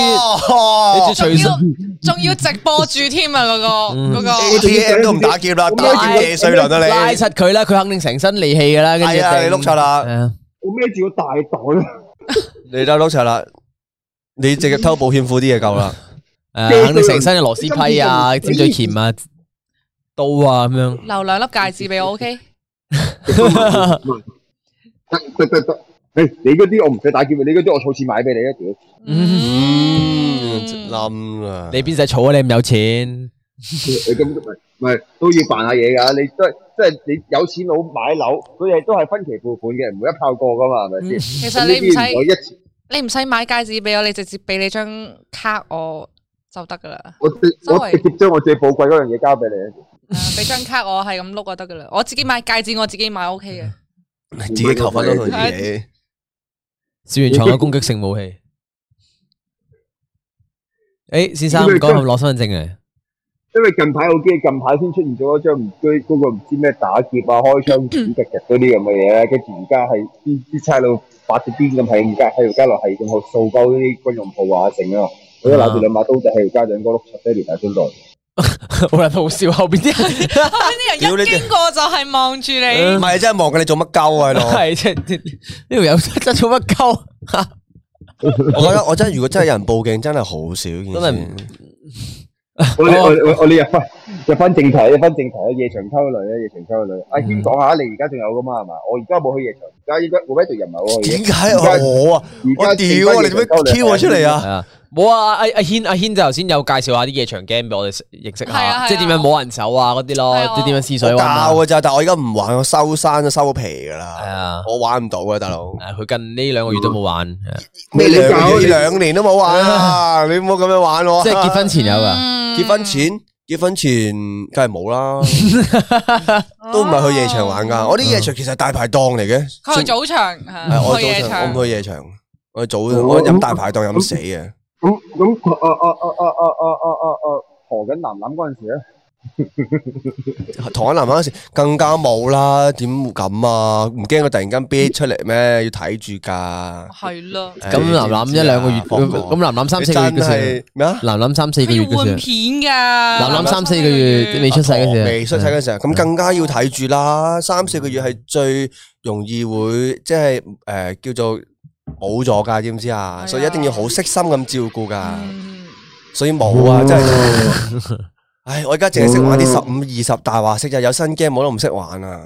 哦
注隨
仲要
身。
仲要直播住添啊！嗰
嗯
個嗰個。
，ATM 都唔打劫啦，打劫謝瑞麟
拉
啊你！
哦柒佢啦，佢肯定成身利氣噶啦，跟住
係啊，
一
你
定
碌柒
係
啦，
啊，
我孭住個大袋，
你就碌柒啦，你直接偷保險庫啲嘢夠啦。
誒，肯定成身嘅螺絲批啊、尖嘴鉗啊、刀啊咁樣。
留兩粒戒指俾我，OK？
[LAUGHS]
得得得得，誒你嗰啲我唔使打劫，你嗰啲我儲錢買俾你啊！屌，
嗯，冧啦，
你邊使儲啊？你咁有錢，
你咁唔係都要扮下嘢㗎，你都係即係你有錢佬買樓，佢哋都係分期付款嘅，唔會一炮過㗎嘛，係咪先？
其
咁
實
呢
你唔
啲我
使
一次。
你唔使買戒指俾我，你直接俾你張卡我就得
[LAUGHS]
噶啦。啊
我直
周圍
我直接將我最寶貴嗰樣嘢交俾你。
啊俾張卡我係咁碌就得噶啦。我自己買戒指，我自己買 OK
[LAUGHS]
嘅。
自己求婚都同自己。
小原創嘅攻擊性武器。诶，先生唔该，我攞身份证啊嚟。
因為近排我記得近排先出現咗一張唔知嗰個唔知咩打劫啊、開槍指突突嗰啲咁嘅嘢，跟住而家係啲啲差佬發咗癲咁係咁街喺條街落係咁去掃鳩啲軍用鋪啊剩啊，佢都拿住兩把刀仔喺條街上嗰碌柒爹連埋出來。
[LAUGHS] 好啦，好笑，后边啲
[LAUGHS]
人
屌
后边啲
你
人
哋
一經過就係望住你
嗯
唔，係真係望緊你做乜鳩啊喺度。
系即系呢条友真真做乜鸠？
我覺得我真係如果真係有人報警，真係好少件事。
真係唔
我哋我哋我哋我哋入翻入翻正題，入翻正題啊！夜場溝女啊，夜場溝女。阿軒講下，你而家仲有噶嘛？係嘛？我而家冇去夜場，而家應該我喺度人唔係我去嘅
點解我啊？
而
我
家
屌啊！你做乜 Q 我出嚟？啊？
系啊，冇啊！阿阿轩阿轩就头先有介紹下啲夜場 game 俾我哋認識
係啊
下，
係啊
即係點樣摸人手啊嗰啲咯，
係啊
即係點樣試水
我
温啊
教噶咋，但我而家唔玩，我收山就收皮噶
係
啦。
啊，
我玩唔到啊，大佬。
誒佢近呢兩個月都冇玩，係啊
咩
你
兩
搞
年
你
兩年都冇玩啊！你唔好咁樣玩我啊。
即係結婚前有噶。
嗯
结婚前，结婚前梗係
[LAUGHS]
冇啦，都唔係去夜場玩㗎。我啲夜場其實係大排檔嚟嘅，
佢去早場，
嗯係我
係去
去
夜
早場，
場
我唔去夜場，我去早我飲大排檔飲死嘅。
咁咁啊啊啊啊啊啊啊啊啊！何緊南南嗰陣時咧，
台灣南嗰時更加冇啦，點會咁啊？唔驚佢突然間啤出嚟咩？要睇住㗎。
係咯，
唉
咁楠楠一兩個月，
知啊放
咁
過
楠楠三
你
四個月
真
嘅時
係咩啊
候，？楠楠三四個
佢
月
要換
嘅時
片㗎。
候，
男
楠楠三四個月未出世嘅時候，
未出世嘅時候，咁 à? 更加要睇住啦。三四個月係最容易會即係诶叫做冇咗㗎，知唔知
係
啊？
啊
所以一定要好悉心咁照顧㗎。
嗯
所以冇啊，真係。唉，我而家淨係識玩啲十五二十大話式就有新 game 我都唔識玩啊！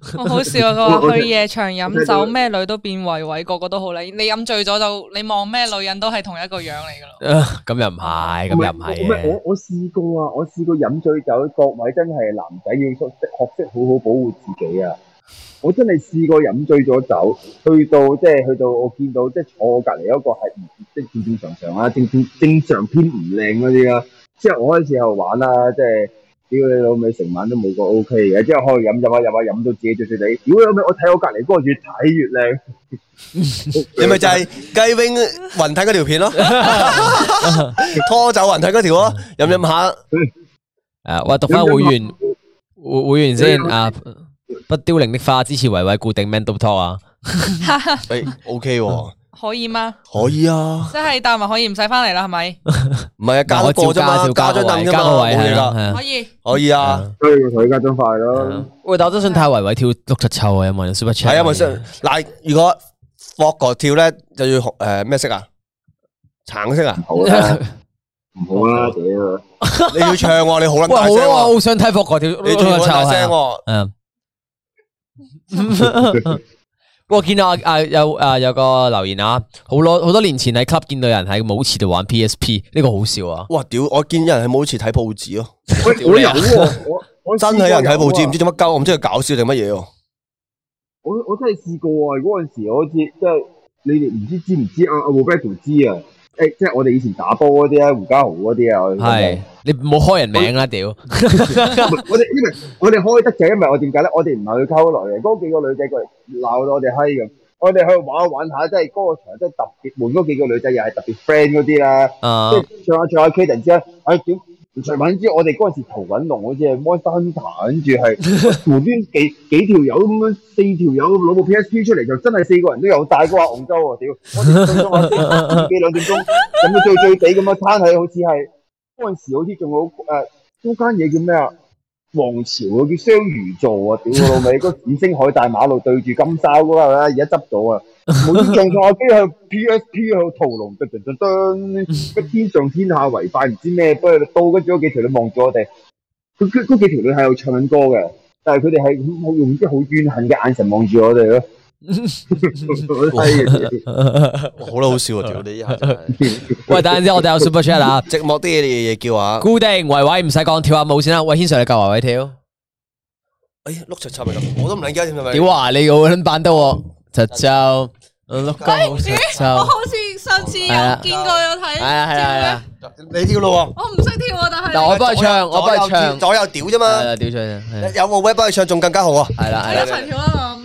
好好笑啊！佢
我
話
我
去夜場飲
我
酒，咩女都變維維，個個都好靚。你飲醉咗就你望咩女人都係同一個樣嚟噶咯。
啊咁又唔係，咁又唔係
咩？
嘅
我我試過啊，我試過飲醉酒，各位真係男仔要識學識好好保護自己啊！我真係試過飲醉咗酒，去到即係去到我見到即係坐我隔離嗰個係唔即係正正常常啦，正正正常偏唔靚嗰啲啦。之後我開始喺度玩啊啦，即係屌你老味，成晚都冇個 O K 嘅。之後開始飲飲下飲下飲到自己醉醉地，屌你老味，我睇我隔離嗰個越睇越靚。
你咪就係雞 wing 雲吞嗰條片咯， [LAUGHS] 拖走雲吞嗰條咯，飲飲下。
誒，我讀翻會員會會員先啊！不凋零的花支持維維固定 man 都拖啊！
诶，O K [LAUGHS] 喎，
可
[LAUGHS]
以嗎？
嗯可以啊，
即係帶埋可以唔使翻嚟啦，係咪？
唔係啊，加一個啫嘛，加張凳啫嘛，冇嘢
啦，
噶，
係啊
可以。
可以啊，
所以我睇家張快
嗯
咯。
啊喂，但我都想睇下維維跳碌柒臭啊，有冇人 super chat？
係啊，咪先嗱，如果 fog 個跳咧就要紅诶咩色啊？
[LAUGHS]
橙色啊？
好啦，唔好啦，屌！
你要唱喎，你好撚
喂，
大
好
聲
啦，我
喎，
好想睇霍哥跳
你
碌
仲要
柒臭
好大聲
係啊。
喎，
嗯， [LAUGHS] 我見到啊啊有啊有個留言啊，好多好多年前喺 club 見到有人喺舞池度玩 PSP，呢個好笑啊！
哇屌！我見有人喺冇好似睇報紙咯，
喂，我有喎，我我
真係有人睇
啊
報紙，唔知
知。
做乜鳩，我唔知佢搞笑定乜嘢喎。
我我真係試過啊！嗰陣時我好似即係你哋唔知知唔知啊？阿 Roberto 知啊！誒，即係我哋以前打波嗰啲啊，胡家豪嗰啲啊，我哋
係你唔好開人名啦，屌！
我哋因為我哋開得就係因為我點解咧？我哋唔係去溝女嘅，嗰幾個女仔過嚟鬧到我哋閪咁。我哋去玩一玩下，即係嗰個場真係特別悶，嗰幾個女仔又係特別 friend 嗰啲啦。
啊
即，係唱下唱下 K 突然之間，唉點？徐敏之，我哋嗰陣時陶允龍好似係 Monster Hunter，跟住係無端幾幾條友咁樣，四條友攞部 PSP 出嚟，就真係四個人都有帶嗰個澳洲喎，屌！我哋醉咗下自己兩點鐘，飲到醉醉地咁樣攤喺，好似係嗰陣時好似仲好誒，嗰間嘢叫咩啊？皇朝啊，叫雙魚座啊，屌佢老味，嗰五星海大馬路對住金沙嗰個啦，而家執咗啊！冇端撞咗阿機去 PSP 去屠龍，噔噔噔噔，乜天上天下為快，唔知咩，不過到跟住嗰幾條女望住我哋，佢佢嗰幾條女喺度唱緊歌嘅，但係佢哋係好用啲好怨恨嘅眼神望住我哋咯。
哇好啦，好笑啊！屌你一下真係
喂，等陣先，我哋有 super chat 啊！
寂寞啲嘢嘢叫啊！
固定維維唔使講，跳下舞先啦。喂，軒 Sir 你教維維跳，
哎呀，碌柒柒咪咁，我都唔撚驚，係咪？
屌啊！你好撚扮得喎，柒臭，碌鳩好柒
我
臭，
好似上次有
係啊
見過有睇，
係啦係啦啊係
跳嘅
啦，
你跳咯
我唔識跳啊，但係
嗱我幫佢
左右
唱，我幫佢唱，
左右屌啫
係啊
嘛，
啦，屌出嚟，
有冇 dạ, web 幫佢唱仲更加好啊！
係啦係
我
啦
一。齊跳啦咁。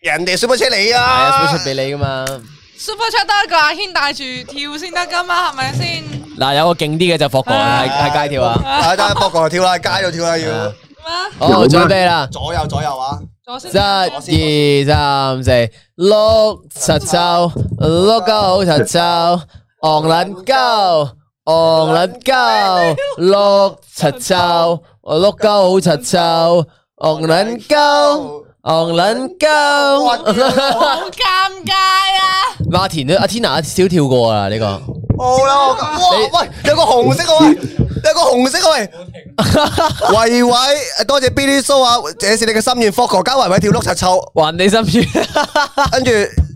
人哋 Dạ, super 車你
系啊
啊
，super 俾你噶嘛，
Super Chat 得一個阿軒帶住跳先得噶嘛，係咪先？
嗱，有個勁啲嘅就霍哥
啊
喺喺街跳啊！
啊， [LAUGHS] 得博過去跳啦，街度跳啦，要
咩？
好，準備啦！
左右左右啊！
啊左先，
一、二、三、四，碌柒臭，碌鳩好柒臭，昂撚鳩，昂撚鳩，碌柒臭，碌鳩好柒臭，昂撚鳩，昂撚鳩。
好尷
[LAUGHS]
尬啊！
馬田都阿 Tina 少跳過啊呢個。
好啦，我哇喂，有個紅色啊喂，有個紅色啊喂，維維，多謝 Billy So 啊，這是你嘅心願，霍哥加維維跳碌柒
[LAUGHS]
臭，
還你心願，
跟住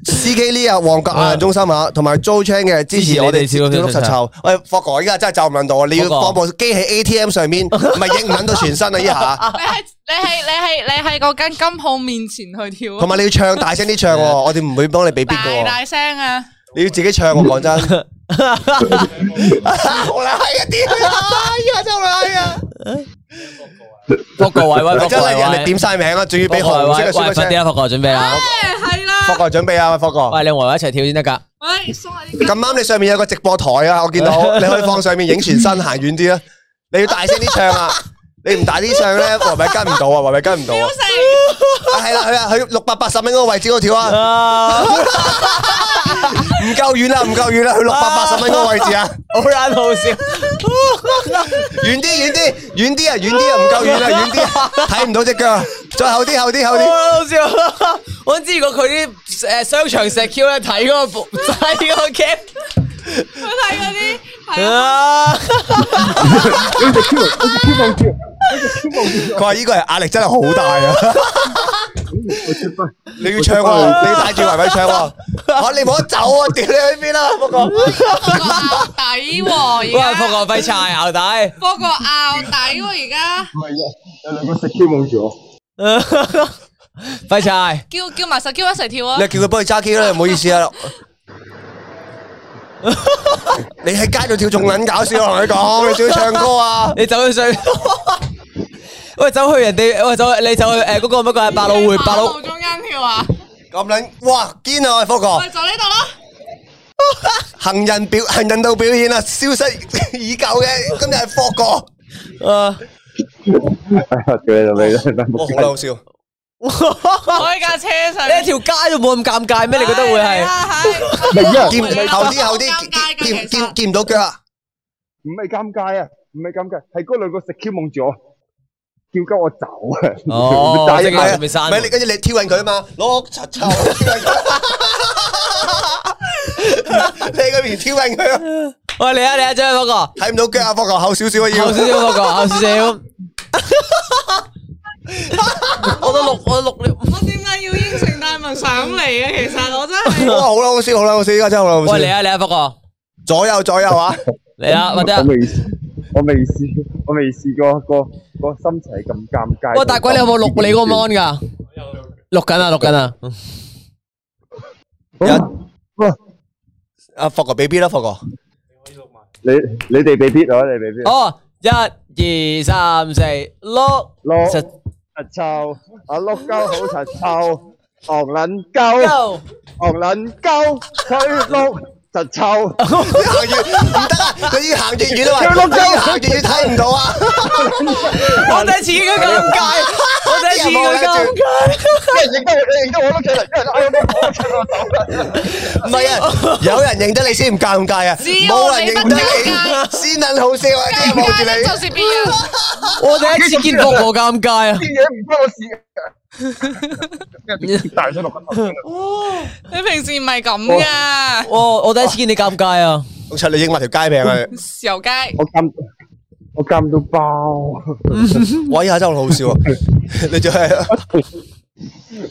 CK Lee à, 啊，旺角亞運中心啊，同埋 Jo Chan 嘅支持我哋跳碌柒臭。喂，霍哥依家真係就唔撚到啊，你要放部機喺 ATM 上面，咪影唔撚到全身啊依下，
你係你係你係你係嗰間金鋪面前去跳啊，
同埋你要唱大聲啲唱喎，我哋唔會幫你俾 beat 嘅
大
喎。
大聲啊！
你要自己唱，我講真，
[LAUGHS]
好啦，係啊，屌啊，依家真係啊，
霍哥位
[LAUGHS]
位，霍
真
哥位
係人哋
位
點，晒名啦，仲要俾
霍哥
紅色
位
嘅
喂，快
super
啲
chat，
啊！霍哥準備啦，
係
霍
啦，
哥準備啊，喂霍哥，
喂，你同維維一齊跳先得噶。
喂，送下啲
咁啱你上面有個直播台啊，我見到你
[LAUGHS]
可以放上面影全身，行遠啲啊，你要大聲啲唱啊，你唔大啲唱咧，維維跟唔到啊，維維跟唔到啊，啊
食，
係啦，去啊，去六百八十蚊嗰個位置嗰度跳啊，
啊，
唔夠遠啦，唔夠遠啦，去六百八十蚊嗰個位置啊，
好撚好
[LAUGHS]
笑，
遠啲，遠啲，遠啲啊，遠啲啊，唔夠遠啦，遠啲啊，睇唔到只腳啊，再後啲，後啲，後
好
啲。
撚好笑。 [LAUGHS] 我知如果佢啲诶商場石 Q 咧睇嗰個 [LAUGHS] 睇嗰個 cam
我睇嗰啲
Ừ.
係啊
啊，
佢話呢個係壓力真係好大啊！你要唱喎，你要帶住維維唱喎，啊你唔好走啊！屌你去邊啊！不過
嗰個拗底喎，
喂，
而
霍
家
哥廢柴牛底，
嗰個拗底喎，而家
[LAUGHS] 廢柴。
叫叫埋十 Q 一齊跳啊
你！叫佢幫佢揸機啦，唔好意思啊！你喺街度跳仲撚搞笑，我同你講，你仲要唱歌啊！
你走去上， [LAUGHS] 喂，走去人哋，喂，走去你走去诶嗰個乜鬼啊百老匯，百老
路中間跳啊！
咁撚哇堅啊！福哥
喂，，就呢度啦。
行人表行人道表演啊，消失 [LAUGHS] 已久嘅，今日係福哥，
啊，
哇好搞笑！
我喺架車上
你一條街都冇咁尷尬咩？你覺得會係？
見
係
後啲後
尷
啲，
尬
見
㗎其
見
實
見唔到腳啊！
哦，
[LAUGHS] 但係
即刻
係啊
準備刪
唔係你跟住你挑引佢啊嘛，攞柒臭挑引佢，你嗰邊挑引佢啊，
喂，嚟啊嚟啊，張嗰個
睇唔到腳啊，放球後少少啊要
後，少少嗰個後少少，我都錄我都錄你。
我點解要應承戴文上嚟嘅？其實我真
[LAUGHS]
係
哇好啦好笑好啦好笑，依家真係好啦好
喂，嚟
笑，
啊嚟啊，福哥
左右左右啊，
嚟啊，或者啊喂大鬼，你有冇錄你嗰個 mon 噶？錄緊啊錄緊啊，
阿霍哥俾 B 啦霍哥，
哦，一二三四碌實 [LAUGHS] 鳩，
行遠唔得啊，佢要行越遠啊嘛，佢要行越遠睇唔到啊，
我第一次見佢尷尬，我第一次見佢尷尬。
唔係啊，有人認得你先唔尷尬啊，冇人認得你先撚好笑啊，啲人望住
就
你。
是邊人？
我第一次見霍哥尷尬啊！ [LAUGHS]
你平時唔係咁噶，
我我第一次見你尷尬啊！
好柒你應埋條街命啊！你
豉油街。
哇！依下真係好好笑啊！你仲係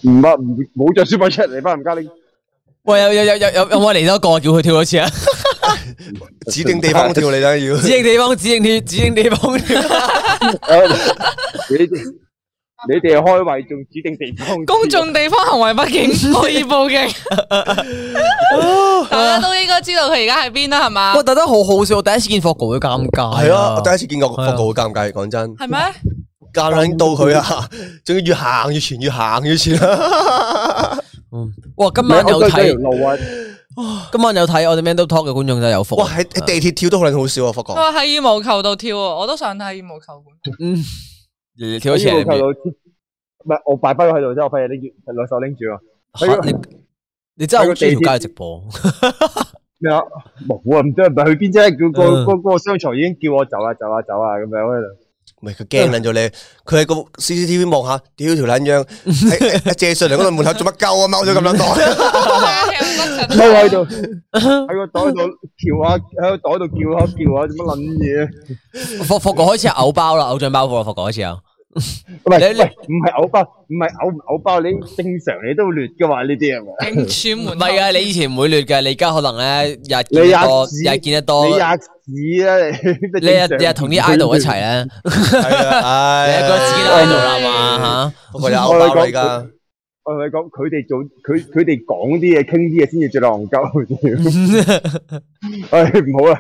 Vâng,
喂，有有有有有有冇嚟多個叫佢跳多次啊？
指定地方跳你啦，要
指定地方，指定跳，指定地方跳。 [LAUGHS]
Ờ,
公眾地方行為不檢，可以 [LAUGHS] 報警。大家都應該知道佢而家喺邊啦，係嘛
我？特登好好笑，我第一次見霍哥會尷尬。
係啊！我第一次見過個廣告好尷尬，講真，
係啊咩？
夾撚到佢啊！仲要越
嗯
行越前，越行越前啊！
哇！今晚有睇，今晚有睇我哋 Man Talk 嘅觀眾就有福。啊
哇！喺喺地鐵跳都好撚好笑啊，發
佢
覺。
話喺羽毛球度跳喎，我都想睇羽毛 [LAUGHS] 球館。
嗯，你跳起
羽毛
嚟
球佬貼唔係我擺翻咗喺度啫，我費事拎住兩手拎住啊！
嚇你你真係好中意條街直播，
咩啊？冇啊，唔知唔係去邊啫？叫個
嗯
嗰嗰個商場已經叫我走啦，走啦，走啦咁樣喺度。
唔係佢驚撚咗你，佢喺個 CCTV 望下，屌條撚樣，喺喺喺謝瑞麟嗰度門口做乜鳩啊？踎咗咁撚耐，
踎喺度，喺個袋度撬下，喺個袋度撬下撬下，做乜撚嘢？
霍霍哥開始有嘔包啦，偶像包袱啦，霍哥開
[LAUGHS]
始有。
唔係
你
喂，唔係嘔包，唔係嘔唔嘔包，你正常你都會劣噶嘛？呢啲係咪？
警
唔
署門口
係啊，你以前唔會劣嘅，你而家可能咧日見
你
得
吔
多，
屎
日見得多，
你
你
吔屎啊！你
日日日同啲 idol 一齊，咧，
係啊，
你
唉
一個自己
哎
嘅 idol 啦
啊
嘛
不過有包啦而家，
我同你講，佢哋做佢佢哋講啲嘢傾啲嘢先至最戇 [LAUGHS] 鳩。唉，唔好啦。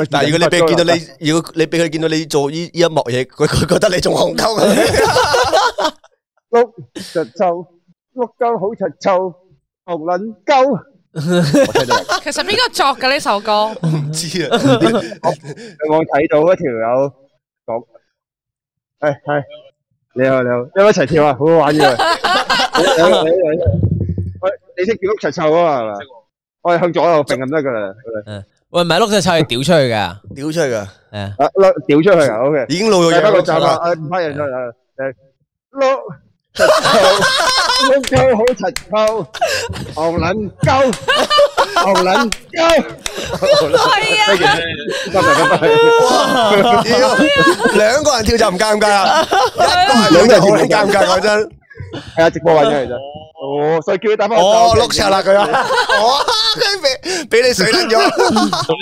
喂
但係如果你俾佢見到你，如果你俾佢見到你做呢呢一幕嘢，佢佢覺得你仲戇鳩啊！
碌柒臭，碌鳩好柒臭，牛撚鳩。我聽到人
其實邊個作嘅呢首歌？
[LAUGHS] 我唔知啊，
我睇到一條友講，誒係，你好你好，有冇一齊跳啊？好好玩嘅喂有有有有有喂，你識叫碌柒臭啊嘛？係嘛？我哋向左右揈咁得噶啦，
喂，唔係碌隻臭係屌出去嘅，
[LAUGHS] 屌出去㗎，
係啊，
啊碌掉出去啊，OK，à?
已經老咗
大
樣
家
啦
個站啊，，啊唔批人啦，誒碌柒臭，碌鳩好柒臭，牛撚鳩，牛撚鳩。
係啊，
屌兩個人跳就唔尷尬
[LAUGHS]
啦，一個人跳就好撚尷
[LAUGHS]
尬，講真。
系啊，直播玩嘅其實。哦，所以叫佢打翻
哦，碌柒啦佢啊！
[LAUGHS]
哦，佢俾俾你水撚咗，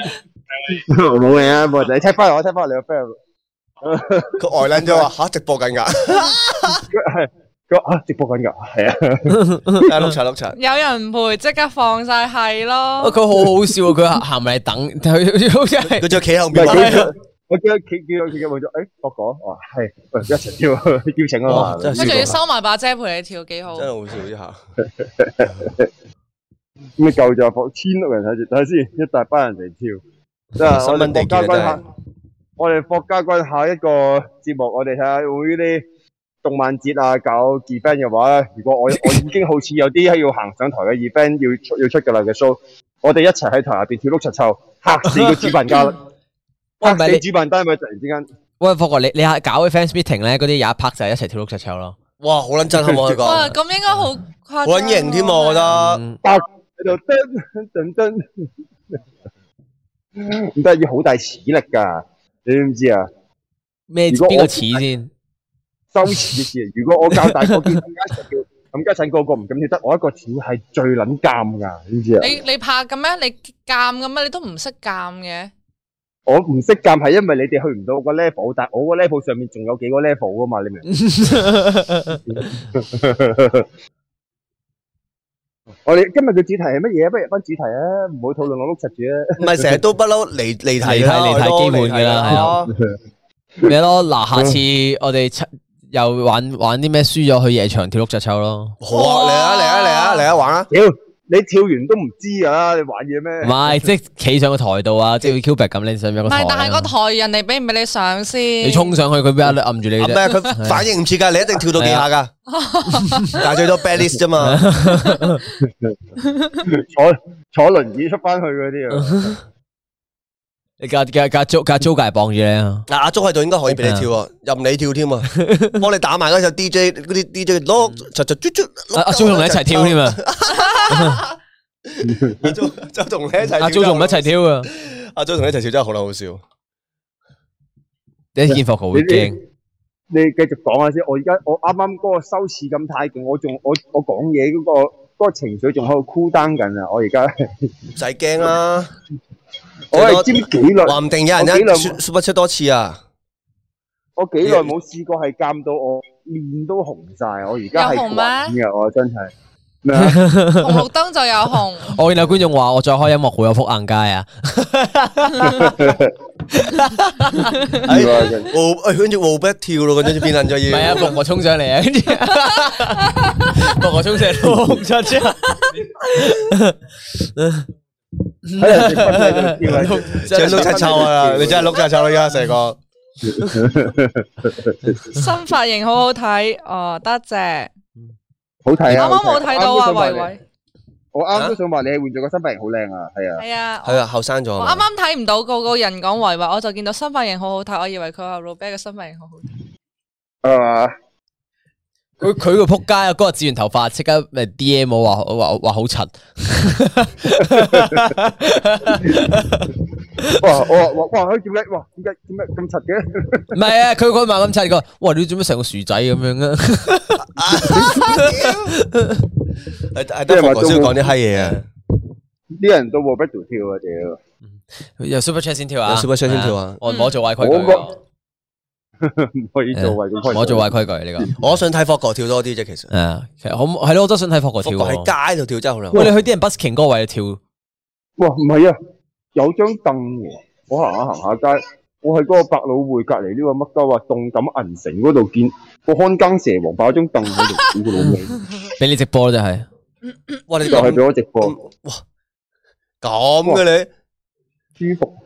我冇嘢啊，冇嘢。你踢翻我，踢翻你個 friend。
佢呆撚咗話吓直播
[LAUGHS]
緊㗎，
佢話啊，直播緊㗎，係啊。
碌柒碌柒。
[LAUGHS] 有人陪即刻放晒係
啊
咯。
佢好好笑，佢行埋嚟等，佢好似係
佢仲企喺後
唔係
面話，
佢，我叫佢叫佢叫佢望咗，誒，我講，我話係，喂一齊跳邀請啊嘛
哇。真
佢
係
仲要
笑
收埋把遮陪你跳，幾好
過，。真係好笑一下。
咁你救就放千六人睇住，睇下先，一大班人嚟
[LAUGHS]
跳。真係我哋
啊
霍家軍下，我哋霍家軍下一個節目，我哋睇下會啲動漫節啊，搞 event 嘅話，如
[LAUGHS]
果我我已經好似有啲要行上台嘅 event 要出要出㗎啦嘅 show，我哋一齊喺台下邊跳碌柒臭，嚇死個主
[LAUGHS]
辦家，
喂
嚇
唔係
死
你
主辦單位突然之間，
喂霍哥，你你下搞嘅 fans meeting 咧，嗰啲有一 part 就係一齊跳碌隻臭咯，
哇，好撚震撼啊喎！佢講，
哇，
好
咁應該好誇張
撚型添喎，我覺得。
嗯
喺度噔
[LAUGHS]
噔噔，唔得要好大恥力㗎，你知唔知啊？
咩
如果我
邊個似先？
[LAUGHS] 羞恥嘅事。如果我教大個見冚家鏟叫冚家鏟個個唔敢跳得，我一個跳係最撚尷㗎，知唔知啊？
你你怕嘅咩？你鑑嘅咩？你都唔識鑑嘅。
我唔識尷係因為你哋去唔到我個 level，但我個 level 上面仲有幾個 level 噶嘛，你明唔明？我哋今日嘅主題係乜嘢？不如翻主題啊，唔好討論我碌柒住
唔
啊！
係成日都不嬲離離題
離題離題基本㗎啦係
啊
啊。咩咯？嗱，下次我哋出又玩玩啲咩輸咗去夜場跳碌隻臭咯，
好啊，嚟啊嚟啊嚟啊嚟啊玩啊！
屌，你跳完都唔知啊，你玩嘢
唔
咩？
係即係企上個台度啊，即係 Q b i c 咁，你上唔上
唔
個台啊？，
係但係個台人哋俾唔俾你上先？
你衝上去，佢俾壓力撳住你
唔
嘅啫。
係佢反應唔切㗎，你一定跳到幾
[LAUGHS]
下㗎，但係最多 bad list 啫嘛。
坐坐輪椅出翻去嗰啲啊，
你架架架租架租界綁住你啊！
嗱，阿叔喺度應該可以俾你跳喎，任你跳添啊！
[LAUGHS]
幫你打埋嗰首 DJ 嗰啲 DJ 碌就就啾啾，
嗯阿阿租同你一齊跳添啊！
阿租就同你一齊跳，
阿租同我一齊跳啊！
阿祖同你一齊笑真係好撚好笑。
你一見霍哥會驚，
你繼續講下先。我而家我啱啱嗰個羞恥感太勁，我仲我我講嘢嗰個嗰個情緒仲喺度 cool down 緊啊！我而家
唔使驚啦，
我係知唔知幾耐
話唔定有人
我幾耐
一
冇
super 出多次啊！
我幾耐冇試過係尷到我面都紅晒，我而家係
有紅咩
滾嘅，我真係咩啊？
紅綠燈就有紅，
我見有觀眾話我再開音樂好有福硬街啊！
哎我哎跟住我不一跳咯，跟住變撚咗
唔係啊，
要。
霍哥衝上嚟啊！
[LAUGHS]
跟住霍哥衝上嚟，空出之後，
喺人食乜嘢就跳
即係碌柒臭啊！你真係碌柒臭啦，而家成個。
新发型好好睇，哦，得謝。
好睇
啱
啊！
啱冇睇到啊，
啱啱都想話
維
你
維。
我啱都想話你換咗個新髮型好靚啊，係啊，
係啊，
係啊，後生咗
我
啊
啱
嘛。
啱睇唔到個個人講維維，我就見到新髮型好好睇，我以為佢話 Robert 嘅新髮型好好睇。
啊
[LAUGHS] 佢佢個扑街啊！嗰日剪完頭髮，即刻咪 D M 我話話話好柒，
哇我哇哇，佢點解哇點解點解咁柒嘅？
唔係啊！佢嗰晚咁柒，佢話：哇！你做咩成個薯仔咁樣啊？
係係得我頭先講啲閪嘢啊！
啲人都冇 battle 跳啊屌！
有 Super Chat 先跳啊
有 Super Chat 先跳啊
我我做壞規
我
矩啊，
個唔可以做為咁開心，
我做壞規矩呢個。
我想睇霍國跳多啲啫，其實
係啊，其實好係咯，我都想睇霍國
霍
跳
國
喎。
喺街度跳真係好
喂，
難。
你去啲人 busking 嗰個位跳，
哇唔係啊，有張凳嘅，我行下行下街，我喺嗰個百老匯隔離呢個乜鳩啊動感銀城嗰度見個看更蛇王擺張凳喺度，屌佢老味，
嗯俾你直播啦，真係。
哇！你
就係俾我直播，
咁哇咁嘅
舒服舒服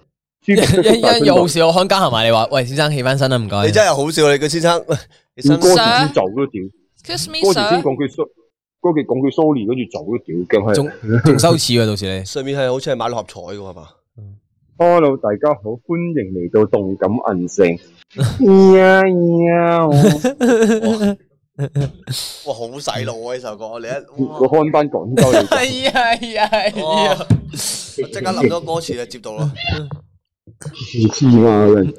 [LAUGHS]
一一有
唔
事我看更行埋你話：喂，先生起翻身啦，唔該。
你，你真係好笑你個先生，喂你身高
歌詞
想
先走咯屌！
Excuse me
嗰時先
sir，
講佢 so，嗰時講佢 sorry，跟住走咗屌咁係。
仲仲羞恥啊！到 [LAUGHS] 時你
上面係好似係買六合彩嘅係嘛？
Hello，大家好，歡迎嚟到動感銀
[LAUGHS]
城。呀呀，
哇！好洗腦啊！呢首歌你
我
一
看翻廣州嚟講，
係啊係啊
哇哇即刻諗到歌詞就接到啦。
黐線啊！咁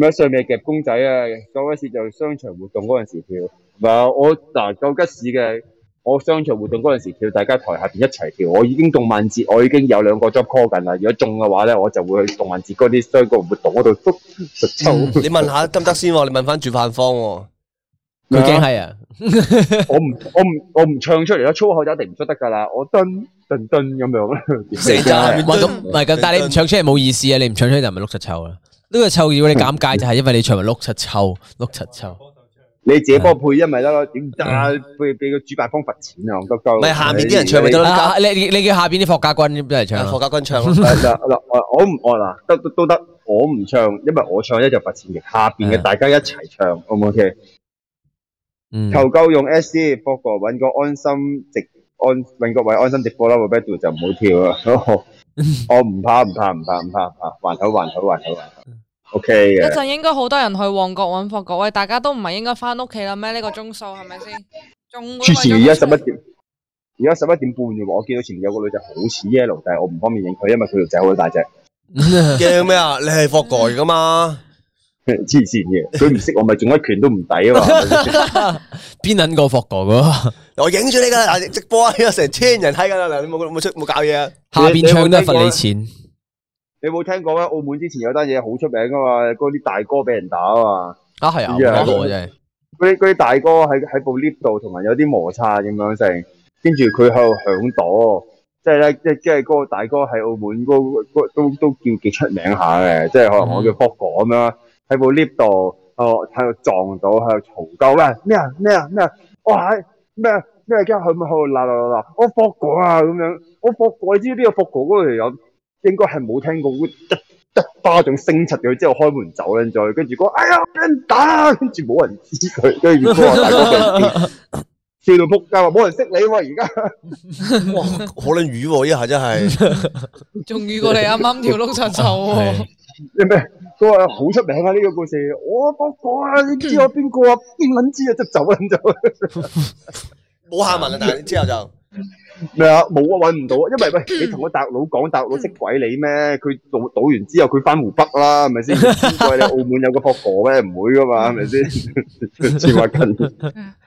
咩上面夾公仔啊？嗰陣時就商場活動嗰陣時跳，嗱我嗱夠吉屎嘅。我商場活動嗰陣時跳，大家台下邊一齊跳。我已經動漫節，我已經有兩個 job call 緊啦。如果中嘅話咧，我就會去動漫節嗰啲商個活動嗰度捉實抽。
你問下得唔得先喎？你問翻主辦方喎。
佢驚係啊！
我唔我唔我唔唱出嚟啦，粗口就一定唔出得噶啦，我噔噔噔咁樣。
成扎人
唔係咁，唔係咁，但係你唔唱出嚟冇意思啊！你唔唱出嚟就唔係碌柒臭啦。呢個臭要你減戒就係因為你唱埋碌柒臭，碌柒臭。
你自己幫我配音咪得咯，點得啊？俾俾個主辦方罰錢啊！鳩鳩。
咪下面啲人唱咪得咯
啊你你你叫下邊啲霍家軍都嚟唱
阿霍
啊！
家軍唱
嗱嗱嗱，我唔我嗱得都都得，我唔唱，因為我唱咧就罰錢嘅。下邊嘅大家一齊唱，O 唔 OK？
嗯
求救用 S C，博哥揾個安心直安揾個位安心直播啦 r o b e 就唔好跳啦。 [LAUGHS] 我唔怕唔怕唔怕唔怕唔怕，還口還口還口還口，OK
一
嘅。
陣應該好多人去旺角揾霍國，喂，大家都唔係應該翻屋企啦咩？呢個鐘數係咪先？仲會
黐線，
為咗
而家十一點，而家十一點半啫喎！我見到前面有個女仔好似 yellow，但係我唔方便影佢，因為佢條仔好大隻，
驚咩啊？你係霍蓋噶嘛？
黐線嘅。佢唔識我咪中一拳都唔抵啊嘛！
邊撚個霍哥哥？
我影住你噶啦，嗱直播啊，有成千人睇噶啦，嗱你冇冇出冇搞嘢啊？
下邊唱都係罰你錢。
你有冇聽過咩？澳門之前有單嘢好出名噶嘛，嗰啲大哥俾人打啊嘛，
啊係啊，
知啊
我覺得真係。
嗰啲嗰啲大哥喺喺部 lift 度同人有啲摩擦咁樣成，跟住佢喺度響朵。即係咧，即係即係嗰個大哥喺澳門嗰嗰都都叫幾出名下嘅，即係可能我叫博哥咁樣，喺部 lift 度，哦喺度撞到，喺度嘈交啦，咩啊咩啊咩啊，哇咩啊咩啊，跟住佢咪喺度鬧鬧鬧鬧，我博哥啊咁樣，我博哥，你知呢個博哥嗰條友應該係冇聽過一一巴掌升柒佢之後開門走撚咗，跟住講哎呀俾人打，跟住冇人知佢，跟住嗰個大哥俾人跌笑到仆街話冇人識你喎而家。
哇，可能魚喎，一下真係。
仲遇過你啱啱條碌柒臭
係
喎。
你咩？佢話好出名啊！呢、個故事，我博哥啊，你知我邊個啊？邊撚知啊？即係走撚咗
冇下文啦，啊但係之後就
咩啊？冇啊，揾唔到啊！因為喂，你同個大陸佬講，大陸佬識鬼你咩？佢賭賭完之後，佢翻湖北啦，係咪先？邊個你澳門有個博哥咩？唔會噶嘛，係咪先？ [LAUGHS] 似話近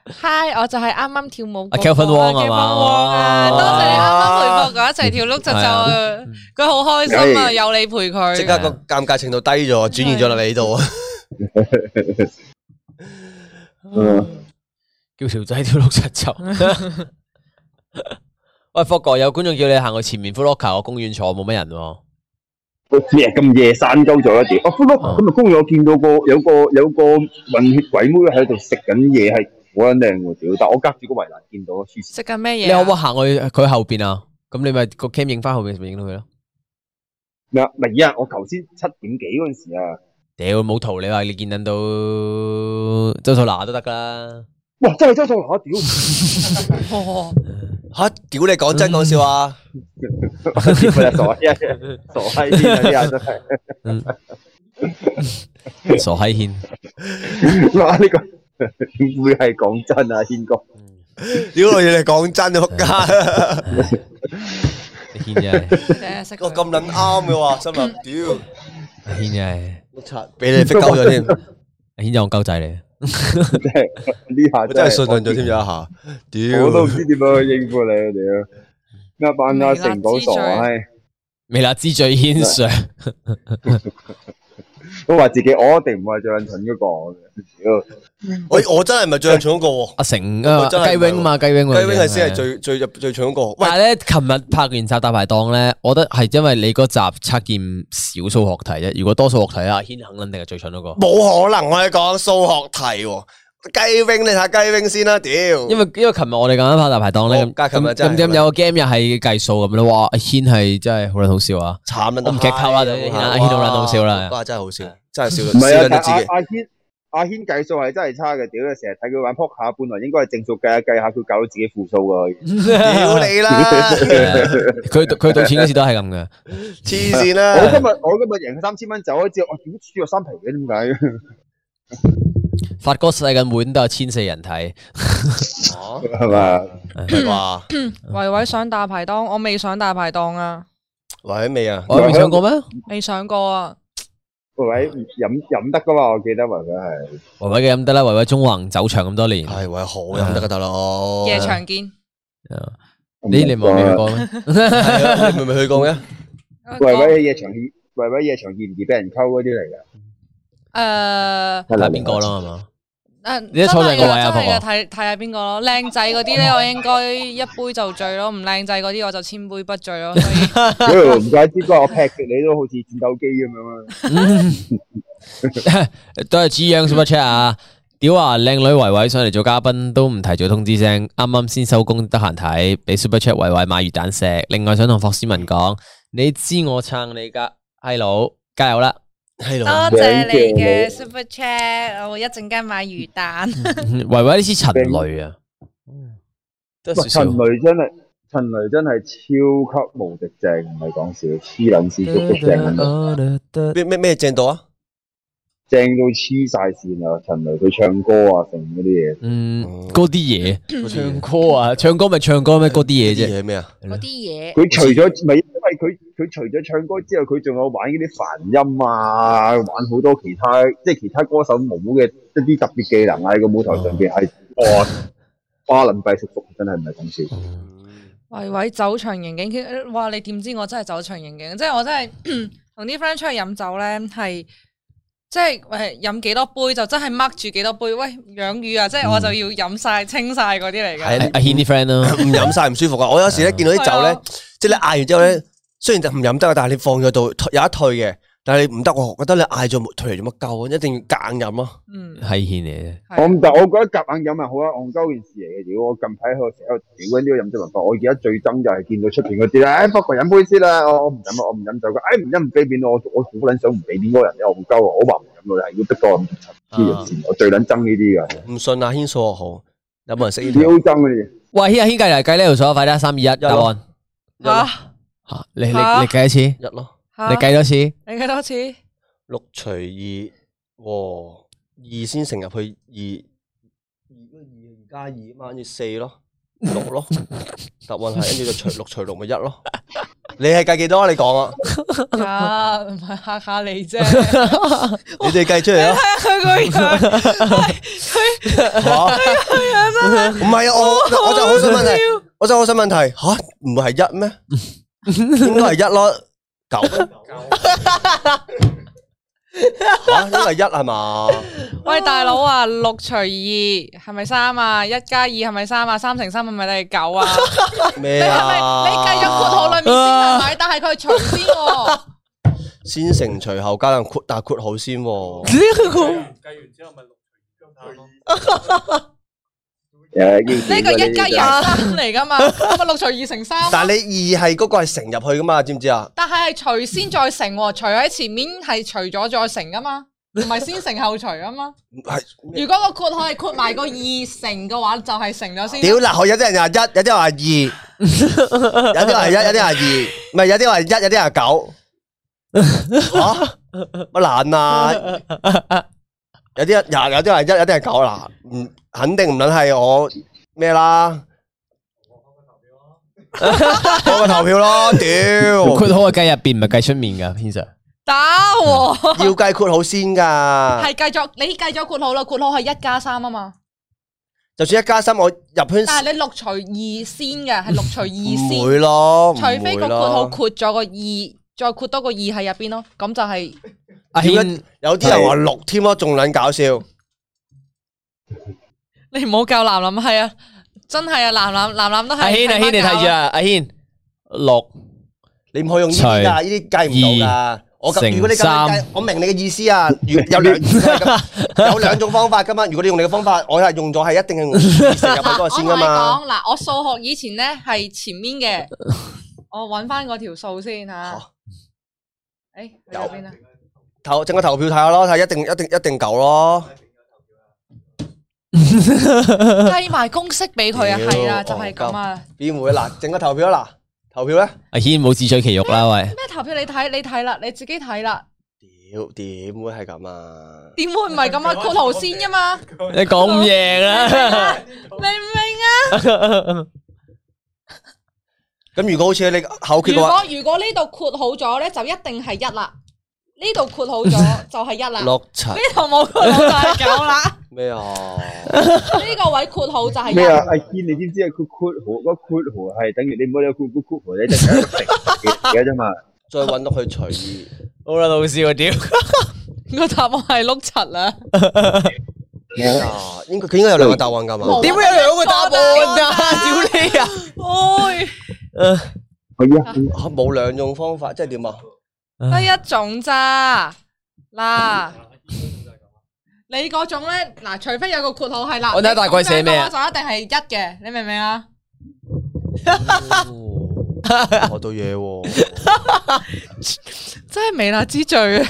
Hi，我就係啱啱跳舞嗰個。啊
阿 Kelvin Wong 係嘛
Kelvin Wong 啊，
哦
多謝你啱啱陪博我一齊跳碌柒
係
臭
啊
啊！佢好開心啊，
係
有你陪佢。
哎即刻個尷尬程度低咗，轉移咗落你度啊！
嗯
[LAUGHS] 叫條仔跳六七集。 [LAUGHS] 喂，霍哥，有觀眾叫你行去前面 f l o c k e r 個公園坐，冇乜人喎。
咩咁夜散鳩咗啦？屌！哦，歡樂今日公園我見到個有個有個混血鬼妹喺度食緊嘢，係好撚靚喎！屌！但我隔住個圍欄見到，黐線
食緊咩
你
嘢
可
啊？
唔可以行去佢後邊啊？咁你咪個 cam 影翻後面咪影到佢咯。
嗱，唔係啊！我頭先七點幾嗰陣時啊，
屌冇圖，你話你見撚到周素娜都得噶啦。
哇！真係周秀娜， [LAUGHS] 屌！
哦
吓，屌你講真講笑 [LAUGHS] 啊！
佢係傻閪，傻閪啲啊！啲人真係。
傻閪軒，
哇！呢個點會係講真啊，軒哥？
屌你你講真啊，仆街！
軒真係，
真係識佢
哦我咁撚啱嘅話，心諗屌，
軒真係，
我擦，俾你 fit 鳩咗添，
軒真係戇鳩仔嚟。
即係呢下
我真係信任咗添有一下，屌！
我都唔知點樣去應付你啊！屌，啱班阿成講傻閪，
未啦，之最軒
[LAUGHS]
Sir，
都話自己我一定唔係最撚蠢嗰個嘅。屌，
我我真係唔係最蠢嗰個喎，
阿成啊，
我真係
雞 wing 嘛，雞 wing 啊
雞 wing 係先係。最最入最蠢嗰個。喂
但，係咧，琴日拍完集大排檔咧，我覺得係因為你嗰集測驗少數學題啫。如果多數學題啊，阿軒肯肯定係最蠢嗰個。
冇可能，我哋講數學題喎，雞 wing 你睇下雞 wing 先啦，屌！
因為因為琴日我哋咁樣拍大排檔咧，
我家
咁
琴日
咁
真係
咁咁有個 game 又係計數咁咯。哇，阿軒係真係好撚好笑啊！
慘啦，
我唔劇透啦對阿軒好撚好笑啦
哇，真係好笑，真係笑
唔
到
係
笑
啊！
到
但
自己。
阿阿軒阿軒計數係真係差嘅。屌，成日睇佢玩撲下，本來應該係正數計下計下，佢搞到自己負數㗎。
[LAUGHS] 屌
佢
你啦，
佢賭錢嗰時都係咁嘅。
黐線
我今
啦！
日我今日贏三千蚊走咗之後，我屌輸咗三皮嘅點解？
法國世界盃都有千四人睇，
哦
係嘛？
唔係啩？
維維上大排檔，我未上大排檔啊，
喂未啊？
我未上過咩？
未上過啊。
各位飲飲得㗎嘛？我記得維維係。
維維嘅飲得啦，維維中環走場咁多年，
係喂，好飲得㗎大佬。
夜場見。
呢你冇未去過咩？
係啊，你咪咪去過嘅？
維維嘅夜場易，維維夜場易唔易俾人溝嗰啲嚟㗎？
誒
睇下邊個啦，係嘛？
誒，
你都坐定個位啊
呃真係㗎
婆
睇睇下邊個咯。靚仔嗰啲
哦
咧，我應該一杯就醉咯；唔靚仔嗰啲，我就千杯不醉
[LAUGHS]
咯。所以
屌唔怪之哥，我劈住你都好似戰鬥機咁樣啊！
都係主樣 super chat 啊！屌啊，靚女維維上嚟做嘉賓都唔提早通知聲，啱啱先收工得閒睇，俾 super chat 維維買魚蛋石。另外想同霍思文講，你知我撐你噶，閪佬加油啦！
係
多 [LAUGHS]
咯。
謝你嘅 Super Chat，我會一陣間買魚蛋。
維維呢次陳雷啊，
得
喂，
少
陳
少。
雷真係，陳雷真係超級無敵正，唔係講笑，黐撚線足足
嗯
正咁啊，
咩咩咩正度啊？
正到黐晒線啊！陳雷佢唱歌啊，成嗰啲嘢，
嗯，嗰啲嘢唱歌啊，唱歌咪唱歌咩？嗰啲嘢
啲
啫，
嘢咩啊？
嗰啲嘢，
佢除咗咪因為佢佢除咗唱歌之後，佢仲有玩嗰啲梵音啊，玩好多其他即係其他歌手冇嘅一啲特別技能啊！喺個舞台上邊係哇，巴倫幣食服真係唔係講笑。
維維走場刑警，佢呃哇！你點知我真係走場刑警？即係我真係 [CLEARS THROAT] 同啲 friend 出去飲酒咧，係即係誒飲幾多杯就真係掹住幾多杯。喂，養魚啊！即係我就要飲晒、清晒嗰啲
係
嚟嘅。
阿阿軒啲 friend
[LAUGHS]
咯，
唔飲晒唔舒服啊！我有時咧見到啲酒
係
咧
啊，
即係你嗌完之後咧，雖然就唔飲得啊，但係你放咗度退有一退嘅，但係你唔得喎，覺得你嗌咗退嚟做乜鳩啊？一定要夾硬飲咯。
嗯，
係軒嚟嘅。
係
我唔但我覺得夾硬飲係好啊，戇鳩件事嚟嘅。屌，我近排喺度成日喺度屌緊呢個飲酒文化，我而家最憎就係見到出邊嗰啲啦，唉，不過飲杯先啦，我我唔飲啊，我唔飲酒㗎，唉，唔飲唔俾面我，我好撚想唔俾面嗰個人，我戇鳩啊，我話唔飲㗎，係要逼我飲呢樣事，我最撚憎呢啲㗎，
唔信啊，軒數學好，有冇人識呢
超
條？
憎呢啲。
喂，軒阿軒計嚟計呢條數，快啲啊！三二一，答案。
吓
嚇你你
嚇
你計一次，你
一咯，
吓，
計多次。
你計多次？
六除二，和二先乘入去二，二二加二嘛，跟住四咯，六咯，答案係跟住就除六除六咪一咯。你係計幾多啊？你講啊，
啊，唔係嚇嚇你啫，睇
你哋計出嚟啊！
下佢個樣， [LAUGHS]
吓，唔係啊，我我就好想問題，我就好想問題，吓唔係一
[LAUGHS]
咩？應該係一咯，九，吓應該係一係嘛？
喂大佬啊，六除二係咪三啊？一加二係咪三啊？三乘三係咪等於九啊？
咩
你係咪
啊？
你計咗括號裏面先係咪？但係佢係除先喎，
先乘除後加上括，但係括號先喎。
計完之後咪六除二相差咯。
诶，呢
[LAUGHS] 呢個一加廿三嚟噶嘛，咁啊六除二乘三咯。
但系你二係嗰個係乘入去噶嘛？知唔知啊？
但係係除先再乘喎，除喺前面係除咗再乘噶嘛，唔係先乘後除啊 [LAUGHS] 嘛。
係
如果個括號係括埋個二乘嘅話，就係乘咗先。
屌嗱，我有啲人話一，有啲話二，有啲話一，有啲話二，唔係有啲話一，有啲話九。吓乜難啊？有啲人有啲話一，有啲係九嗱，唔肯定唔撚係我咩啦。我個投票咯，
[LAUGHS]
屌！
括好嘅计入边，唔系计出面噶，天 Sir。
打喎，
要計括號先㗎。
係計咗你計咗括號啦，括號係一加三啊 [LAUGHS] 嘛。
就算一加三，我入圈
但係你六除二先嘅，係六除二
唔
先，
會咯，唔
除非
會
個括號
咯。
括咗個二，再括多個二喺入邊咯，咁就係
阿
點
軒
解有啲人話六添咯，仲撚搞笑。
你唔好教男男係啊，真係啊，男男男男都係。
阿軒阿軒，你睇住啊，阿軒六
你唔可以用呢啲啊噶，呢啲計唔到噶。我咁
乘
如果你咁樣計，我明你嘅意思啊。如有兩 [LAUGHS] 有兩種方法噶嘛。如果你用你嘅方法，我係用咗係一定係用乘啊入去嗰個先噶嘛。
我同你講嗱，我數學以前咧係前
[LAUGHS]
面嘅，我揾翻嗰條數先吓
嚇。
诶，去咗邊啊？
投整個投票睇下咯，睇一定一定一定九咯。
計埋公式俾佢啊，
屌哦
係啊，就係咁啊。
邊會嗱？整個投票啦，嗱，投票咧。
阿軒冇自取其辱啦，喂！
咩投票你睇，你睇啦，你自己睇啦。
屌，點會係咁啊？
點會唔係咁啊？括號先
[LAUGHS]
噶嘛，你
你講唔贏啦，
唔明啊？
咁如果好似你口訣
如
嘅話，
果啊如果呢度括號咗咧，就一定係一啦。呢度括號咗就係
[LAUGHS]
一啦。呢
六七
度冇括號就係九啦。
咩啊？
呢個位括號就係
咩啊
一。？
阿堅，你知唔知啊？佢括號嗰個括號係等於你冇理括括括號，你就係一個乘嘅嘢啫嘛。
再揾到佢隨意。
好啦，老笑啊，屌！
個答案係碌柒啦。
啊，應該佢應該有兩個答案㗎嘛？
冇
點會有兩個答案啊？屌你啊！
哎
係啊，
啊冇兩種方法，即係點啊？
得一種咋嗱。你嗰種咧，嗱，除非有個括號係啦，
我睇下大概寫咩啊
你咁樣嘅話就一定係一嘅，你明唔明啊？
学到嘢喎，
真係微辣之 [LAUGHS] 最啊！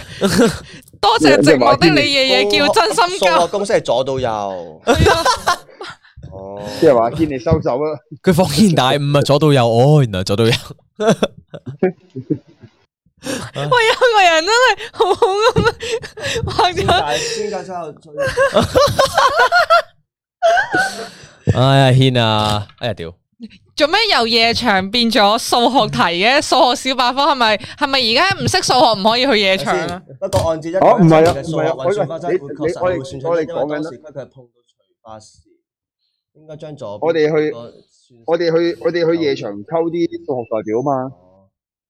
多謝寂寞的你夜夜
哦
叫真心
數學
教，哎
公式係左到右。哦，
即係話阿堅，你收手啦。
佢恍然大悟啊，左到右，哦，原來左到右。
喂，有個人真係好啊好咁樣畫
先
咗，
解先解之後最
哎呀，軒啊，哎呀，屌！
做咩由夜場變咗數學題嘅？數學小百科係咪係咪而家唔識數學唔可以去夜場
先
啊？
不過按照一
哦唔係啊
嘅數學運算法則，會
唔係啊
確實
我以為
會算
你
出
我哋
因為當
講緊
時佢係碰到除法時，應該將左邊
我哋去
嗰個算
我哋去我哋去夜場溝啲數學代表啊嘛，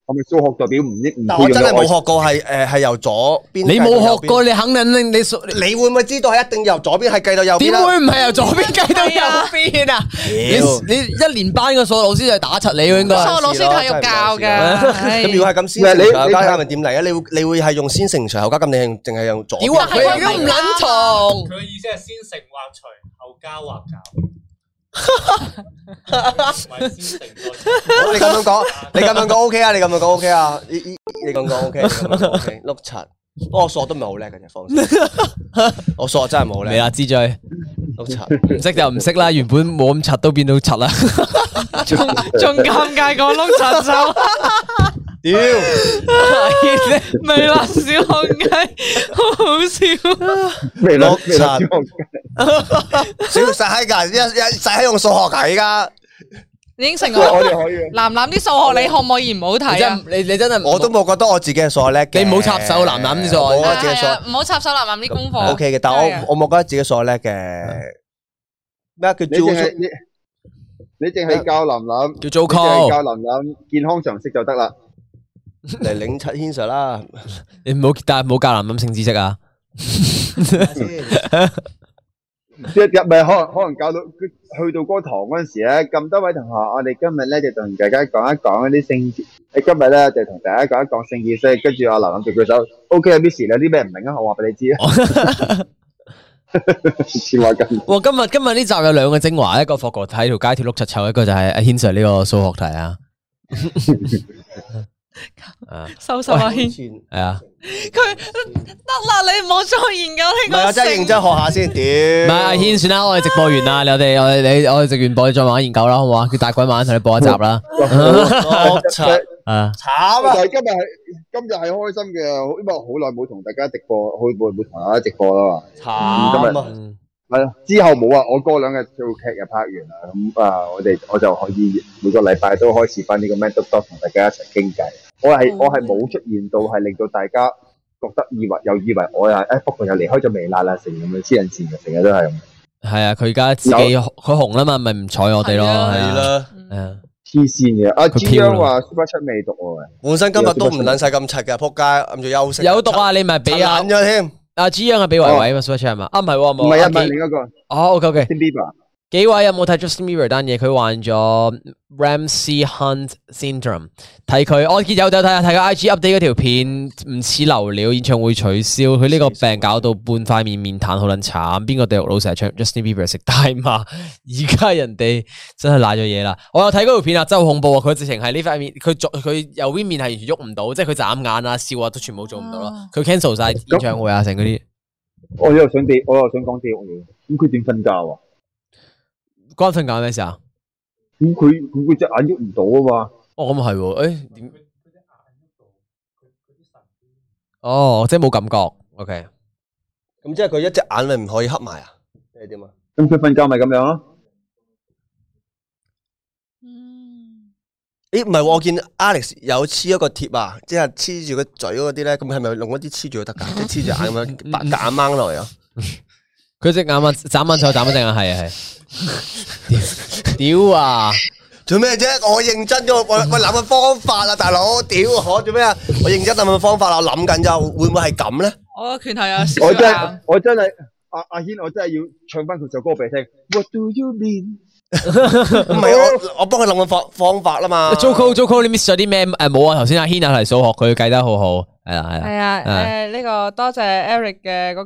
係咪數學代表唔應唔
哦但
配
我
用
真
到
係冇
愛情？
學過係誒係由左邊，
你冇學過，，你肯定你你數
你會唔會知道係一定由左邊係計到右邊
點
啦？
會唔係由左邊計到右邊啊？你
屌
你一年班嘅數學老師就係打柒你喎，應該
數學老師體育教
[LAUGHS]
嘅，唉
咁如果係咁，先
喂你
乘除後
你
加
睇
係咪點嚟啊？你會你會係用先乘除後加咁，你係用淨係用左邊？
屌啊！佢而家唔撚嘈。
佢嘅意思係先乘或除，後加或減。唔係先乘再除。
你咁樣講，你咁樣講 OK 啊？你咁樣講 OK 啊？依依你咁講 OK，你咁樣講 OK，碌柒。不過我數學都唔係好叻嘅啫，放
[LAUGHS]
心。我數學真係唔係好
未
叻，
啦，之最唔
碌柒。
識就唔識啦，原本冇咁柒都變到柒啦。
仲尷尬過碌柒手。
屌，
微辣小學雞，好好笑。
未啦
落，
未啦，
塵小細閪㗎，一一細閪用數學㗎，依家
已經成
我
我
哋
[LAUGHS]
可以啊。
男男啲數學，你可唔可以唔好
你
睇
真
啊？
係你你真係
我都冇覺得我自己係數學叻嘅。
你唔好插手男男啲數學
我
冇
覺得
係
自己數學
啊，唔好插手男男啲功課。
OK 嘅，但
係啊
我我冇覺得自己數學叻嘅。咩啊叫
你淨
Joe？
係你你淨係教林
哦
林，
叫做
你淨係
call，
教林林健康常識就得啦。
嚟領七 h e n s i r 啦，
你唔好但係唔好教男人性知識啊！
一入咪可能可能教到佢去到嗰個堂嗰陣時咧，咁多位同學，我哋今日咧就同大家講一講一啲性，你今日咧就同大家講一講性意識，跟住阿林林舉舉手，OK 啊，Miss 你有啲咩唔明啊，我話俾你知啊。似話咁。
哇！今日今日呢集有兩個精華，一個霍哥睇條街跳碌柒臭，一個就係阿軒 Sir 呢個數學題啊。啊，
收手啊， [LAUGHS]
以
軒，
前
係啊，
佢得啦，你唔好再研
[LAUGHS]
究
唔
呢
係
個
我真係認真
性。
學下先，屌！
唔係阿軒，算啦，我哋直播完啦，你我哋我哋你我哋直完播，你再慢慢研究啦，好唔好啊？叫大鬼慢慢同你播一集啦。 [LAUGHS]
我慘
啊，
慘啊！
但係今日係今日係開心嘅，因為好耐冇同大家直播，好耐冇同大家直播啦嘛。
慘啊！
嗯
係啊，之後冇啊，我過兩日做劇又拍完啦，咁啊，我哋我就可以每個禮拜都開始翻呢個 Man Talk Talk 同大家一齊傾偈。我
嗯
係我係冇出現到係令到大家覺得以為又以為我係誒，不過又離開咗微辣啦，成咁樣黐人線嘅，成日都係咁
係啊，佢而家自己
有
佢紅啦嘛，咪唔睬我哋咯，
係
係
啊
係
啊，
啦，
係啊。
黐線嘅。阿
佢
G
飄啦
央話 Super 出未讀喎，
本身今日都唔撚晒咁柒嘅，仆街，諗住休息。
有毒啊！你咪
柒
俾 [LAUGHS] 阿
撚咗添。
阿 G 央啊，俾維維嘛 Super Chat 嘛？啊，唔係喎，
唔係啊，唔
冇
係
啊幾
另一個
哦，OK OK。
Tim Bieber，
幾位有冇睇 Justin Bieber 單嘢？佢患咗 Ramsey Hunt Syndrome。睇佢，我見有有睇下睇佢 IG update 嗰條片，唔似流料，演唱會取消。佢呢個病搞到半塊面面癱，好撚慘。邊個地獄佬成日唱 Justin Bieber 食大麻？ [LAUGHS] 而家人哋真係賴咗嘢啦。我有睇嗰條片啊，真係好恐怖啊！佢直情係呢塊面，佢左佢右邊面係完全喐唔到，即係佢眨眼啊、笑啊都全部做唔到咯
啊。
佢 cancel 晒演唱會啊，成嗰啲。
我又想地，我又想講地獄嘢，咁佢點瞓覺啊？
關瞓覺咩事啊？
咁佢咁佢隻眼喐唔到啊嘛，
哦，咁係喎，誒點？
佢佢隻眼喐到，佢佢啲神經
哦，即係冇感覺。OK，
咁即係佢一隻眼咪唔可以黑埋啊？即係點啊？
咁佢瞓覺咪咁樣咯。
嗯
咦，唔係喎，我見 Alex 有黐一個貼啊，即係黐住個嘴嗰啲咧，咁係咪用一啲黐住佢得㗎？即係黐住眼咁樣，白夾硬掹落嚟啊！
佢隻眼
[LAUGHS]
啊，眨眼再眨一隻眼，係啊係。屌
[LAUGHS]
啊！
做咩啫？我認真咗，我我諗緊方法啊，大佬，屌我做咩啊？我認真諗緊方法啦，我諗緊咋，會唔會係咁咧？
我個拳頭有少少
我真係
硬，
我真係阿阿軒，我真係要唱翻佢首歌俾你聽。What do you mean？
唔係我我幫佢諗緊方方法啦嘛。
Joco Joco，你 miss 咗啲咩？誒冇啊，頭先阿軒啊嚟數學，佢計得好好，係啦係啦。
係啊，
啊
誒呢個多謝 Eric 嘅嗰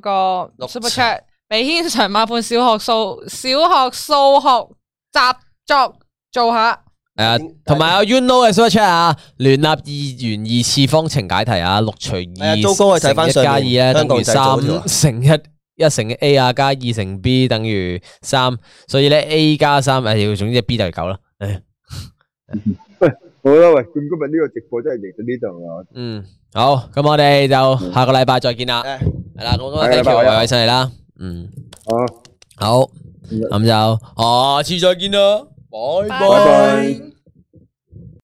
個 Super Chat，俾軒常買本小學數小學數學習作做下。
係啊，同埋阿 Uno 嘅 super chat 啊，聯立二元二次方程解題啊，六除
係啊
二
，Joco 我睇返
乘一加
上
二
面
咧
香
等於
港製造嗰條啊
三乘一，一乘 A 啊加二乘 B 等於三，所以咧 A 加三誒，總之 B 等於九啦。唉
好啦，喂，咁今日呢個直播真係嚟到呢度啦。
嗯，好，咁我哋就下個禮拜再見啦。
誒
系啦，咁
係
今
啦
日 thank you
拜拜
維維上嚟啦，嗯，
啊，
好，
嗯
咁就下次再見啦，拜
拜
拜。
拜